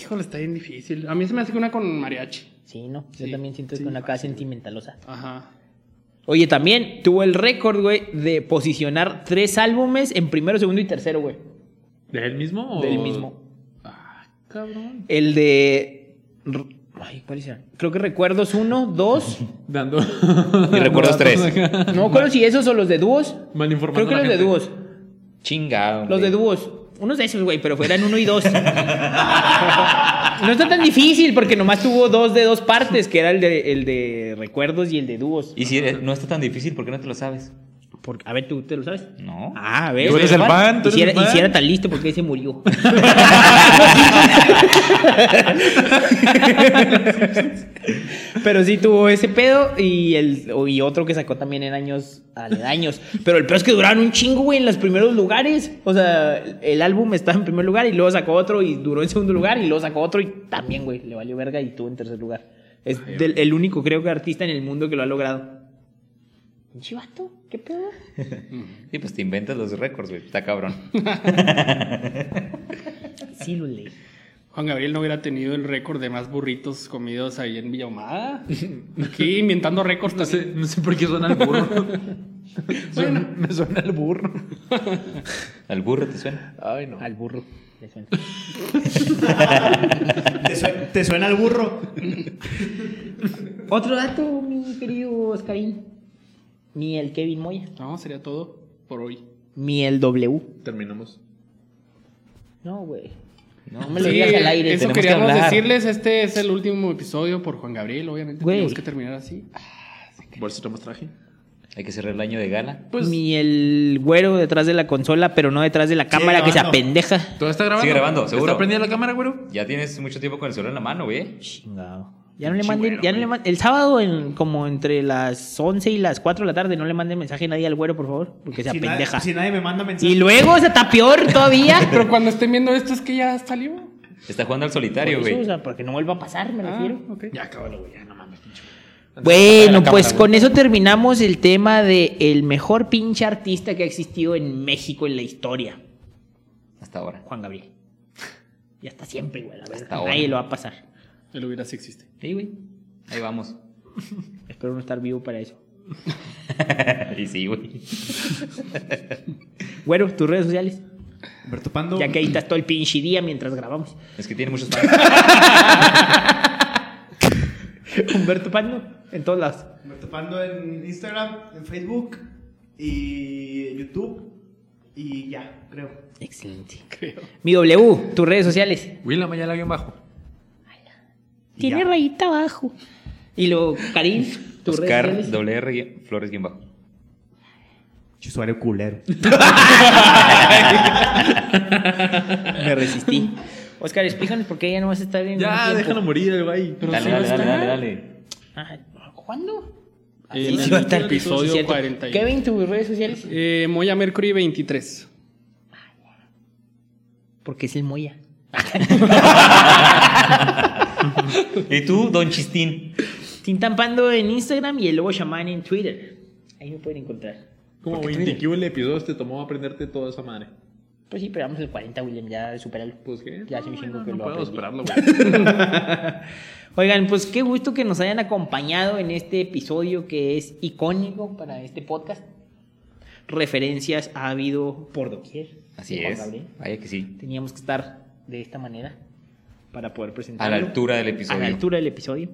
Speaker 3: Híjole, está bien difícil. A mí se me hace que una con mariachi.
Speaker 1: Sí, no, yo
Speaker 3: Sí,
Speaker 1: también siento
Speaker 3: sí,
Speaker 1: que una cara sentimentalosa.
Speaker 3: Ajá.
Speaker 1: Oye, también tuvo el récord, güey, de posicionar tres álbumes en primero, segundo y tercero, güey.
Speaker 5: ¿De él mismo o.?
Speaker 1: Del mismo.
Speaker 5: Ah, cabrón.
Speaker 1: El de. Ay, ¿cuáles eran? Creo que recuerdos uno, dos.
Speaker 5: Dando.
Speaker 2: Y recuerdos tres.
Speaker 1: No me acuerdo si esos o los de dúos.
Speaker 5: Mal informando.
Speaker 1: Creo que
Speaker 5: a la
Speaker 1: los de
Speaker 5: gente.
Speaker 1: dúos.
Speaker 2: Chingado.
Speaker 1: Los de
Speaker 2: dúo.
Speaker 1: dúos. Unos de esos, güey, pero fueran uno y dos. No está tan difícil porque nomás tuvo dos de dos partes, que era el de, el de recuerdos y el de dúos.
Speaker 2: Y si eh, no está tan difícil, ¿por qué no te lo sabes?
Speaker 1: Por- a ver, ¿tú te lo sabes?
Speaker 2: No.
Speaker 1: Ah, a ver.
Speaker 5: Tú eres el fan, tú
Speaker 1: Y si
Speaker 5: eres
Speaker 1: era-
Speaker 5: el
Speaker 1: y si
Speaker 5: fan.
Speaker 1: era tan listo, porque se murió? Pero sí tuvo ese pedo y, el, y otro que sacó también en años aledaños. Pero el peor es que duraron un chingo, güey, en los primeros lugares. O sea, el álbum estaba en primer lugar y luego sacó otro y duró en segundo lugar y luego sacó otro y también, güey, le valió verga y tuvo en tercer lugar. Es del- el único, creo que, artista en el mundo que lo ha logrado. Chivato, ¿qué pedo?
Speaker 2: Sí, pues te inventas los récords, güey. Está cabrón.
Speaker 1: Sí, lo leí.
Speaker 3: Juan Gabriel no hubiera tenido el récord de más burritos comidos ahí en Villahumada. Aquí inventando récords.
Speaker 5: No sé, no sé por qué suena el burro. Suena- me suena el burro.
Speaker 2: ¿Al burro te suena?
Speaker 5: Ay, no.
Speaker 1: Al burro. le suena.
Speaker 4: ¿Te, sue- te suena el burro?
Speaker 1: Otro dato, mi querido Oscarín. Ni el Kevin Moya.
Speaker 3: No, sería todo por hoy.
Speaker 1: Ni el W.
Speaker 5: Terminamos.
Speaker 1: No, güey.
Speaker 2: No,
Speaker 1: me lo digas al aire,
Speaker 3: eso
Speaker 2: tenemos que
Speaker 3: queríamos
Speaker 2: hablar.
Speaker 3: decirles. Este es el último episodio por Juan Gabriel, obviamente.
Speaker 1: Güey.
Speaker 3: Tenemos que terminar así.
Speaker 5: ¿Por eso tomas traje?
Speaker 2: Hay que cerrar el año de gala.
Speaker 1: Ni el güero detrás de la consola, pero no detrás de la cámara que se
Speaker 4: grabando.
Speaker 1: apendeja.
Speaker 5: ¿Todo está grabando?
Speaker 2: Sigue grabando, seguro.
Speaker 5: ¿Está prendida la cámara, güero?
Speaker 2: Ya tienes mucho tiempo con el celular en la mano, güey.
Speaker 1: Chingado. Ya no le manden, ya no le manden- el sábado en, como entre las 11 y las 4 de la tarde no le manden mensaje a nadie al güero, por favor, porque se
Speaker 4: Si, na-
Speaker 1: apendeja.
Speaker 4: si nadie me manda mensaje.
Speaker 1: Y luego se está peor todavía.
Speaker 3: Pero cuando estén viendo esto es que ya salió.
Speaker 2: Está jugando al
Speaker 1: Por
Speaker 2: solitario,
Speaker 1: eso,
Speaker 2: güey.
Speaker 1: o sea, para que no vuelva a pasar, me
Speaker 3: Ah,
Speaker 1: refiero.
Speaker 3: ok.
Speaker 1: Bueno, pues con eso terminamos el tema de el mejor pinche artista que ha existido en México en la historia,
Speaker 2: Hasta ahora.
Speaker 1: Juan Gabriel. Y hasta siempre, güey, la verdad.
Speaker 2: Hasta ahora.
Speaker 1: Nadie lo va a pasar.
Speaker 3: El hubiera sí existe.
Speaker 2: Sí, güey. Ahí vamos.
Speaker 1: Espero no estar vivo para eso.
Speaker 2: y sí, güey.
Speaker 1: Güero, tus redes sociales.
Speaker 4: Humberto Pando.
Speaker 1: Ya que ahí estás todo el pinche día mientras grabamos.
Speaker 2: Es que tiene muchos fans.
Speaker 1: Humberto Pando, en todos lados.
Speaker 4: Humberto Pando en Instagram, en Facebook y en YouTube. Y ya, creo.
Speaker 1: Excelente.
Speaker 3: Creo.
Speaker 1: Mi W, tus redes sociales.
Speaker 5: Will, mañana bien bajo.
Speaker 4: Y
Speaker 1: Tiene
Speaker 4: ya.
Speaker 1: rayita abajo. Y luego, Karim, tus
Speaker 2: Oscar
Speaker 1: redes sociales.
Speaker 2: WR Flores guión bajo.
Speaker 4: Usuario culero.
Speaker 1: Me resistí. Oscar, explícanos por qué ya no vas a estar en.
Speaker 5: Ya,
Speaker 1: un tiempo.
Speaker 5: déjalo morir el güey.
Speaker 3: Pero
Speaker 2: Dale,
Speaker 3: sí
Speaker 2: dale,
Speaker 3: va a
Speaker 2: dale,
Speaker 3: estar.
Speaker 2: dale, dale.
Speaker 1: Ah, ¿Cuándo?
Speaker 3: Eh, En
Speaker 1: Sí, sí,
Speaker 3: el
Speaker 1: va a estar.
Speaker 3: episodio
Speaker 1: Sí, es cierto.
Speaker 3: 41.
Speaker 1: Kevin, tus redes sociales.
Speaker 3: Eh, Moya Mercury 23.
Speaker 1: Porque es el Moya.
Speaker 2: ¿Y tú, Don Chistín?
Speaker 1: Tintampando en Instagram y el Lobo Shaman en Twitter. Ahí me pueden encontrar.
Speaker 5: Como 20 que el episodio te tomó aprenderte toda esa madre.
Speaker 1: Pues sí, pero vamos al 40, William, ya superalo.
Speaker 5: Pues qué.
Speaker 1: Ya hace un chingo
Speaker 5: no,
Speaker 1: que
Speaker 5: no
Speaker 1: lo
Speaker 5: puedo
Speaker 1: aprendí.
Speaker 5: esperarlo, güey.
Speaker 1: Oigan, pues qué gusto que nos hayan acompañado en este episodio que es icónico para este podcast. Referencias ha habido por doquier.
Speaker 2: Así
Speaker 1: de Juan
Speaker 2: es.
Speaker 1: Gabriel.
Speaker 2: Vaya que sí.
Speaker 1: Teníamos que estar de esta manera para poder
Speaker 2: A
Speaker 1: presentarlo.
Speaker 2: la altura del
Speaker 1: A
Speaker 2: episodio.
Speaker 1: la altura del episodio.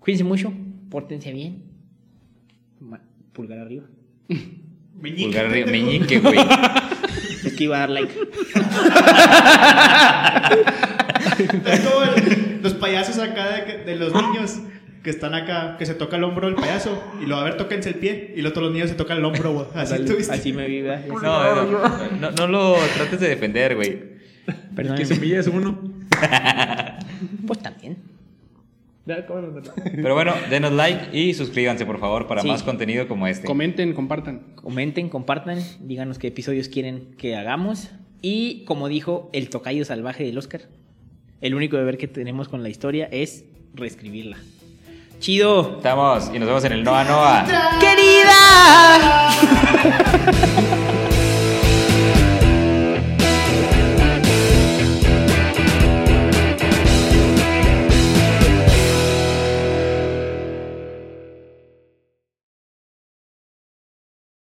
Speaker 1: Cuídense mucho, pórtense bien. Ma- Pulgar arriba.
Speaker 2: Pulgar arriba. Meñique, güey.
Speaker 1: Es que iba a dar like.
Speaker 4: Es como el- los payasos acá de, que- de los niños que están acá, que se toca el hombro el payaso y lo a ver, tóquense el pie y los otros niños se tocan el hombro, güey. Así tuviste.
Speaker 1: Así me viva.
Speaker 2: No, no, no, no lo trates de defender, güey.
Speaker 5: Que se humilla es uno.
Speaker 1: Pues también.
Speaker 2: Pero bueno, denos like y suscríbanse, por favor, para
Speaker 1: Sí.
Speaker 2: más contenido como este.
Speaker 3: Comenten, compartan.
Speaker 1: Comenten, compartan, díganos qué episodios quieren que hagamos. Y como dijo el tocayo salvaje del Oscar, el único deber que tenemos con la historia es reescribirla. Chido.
Speaker 2: Estamos y nos vemos en el Noa Noa.
Speaker 1: Querida.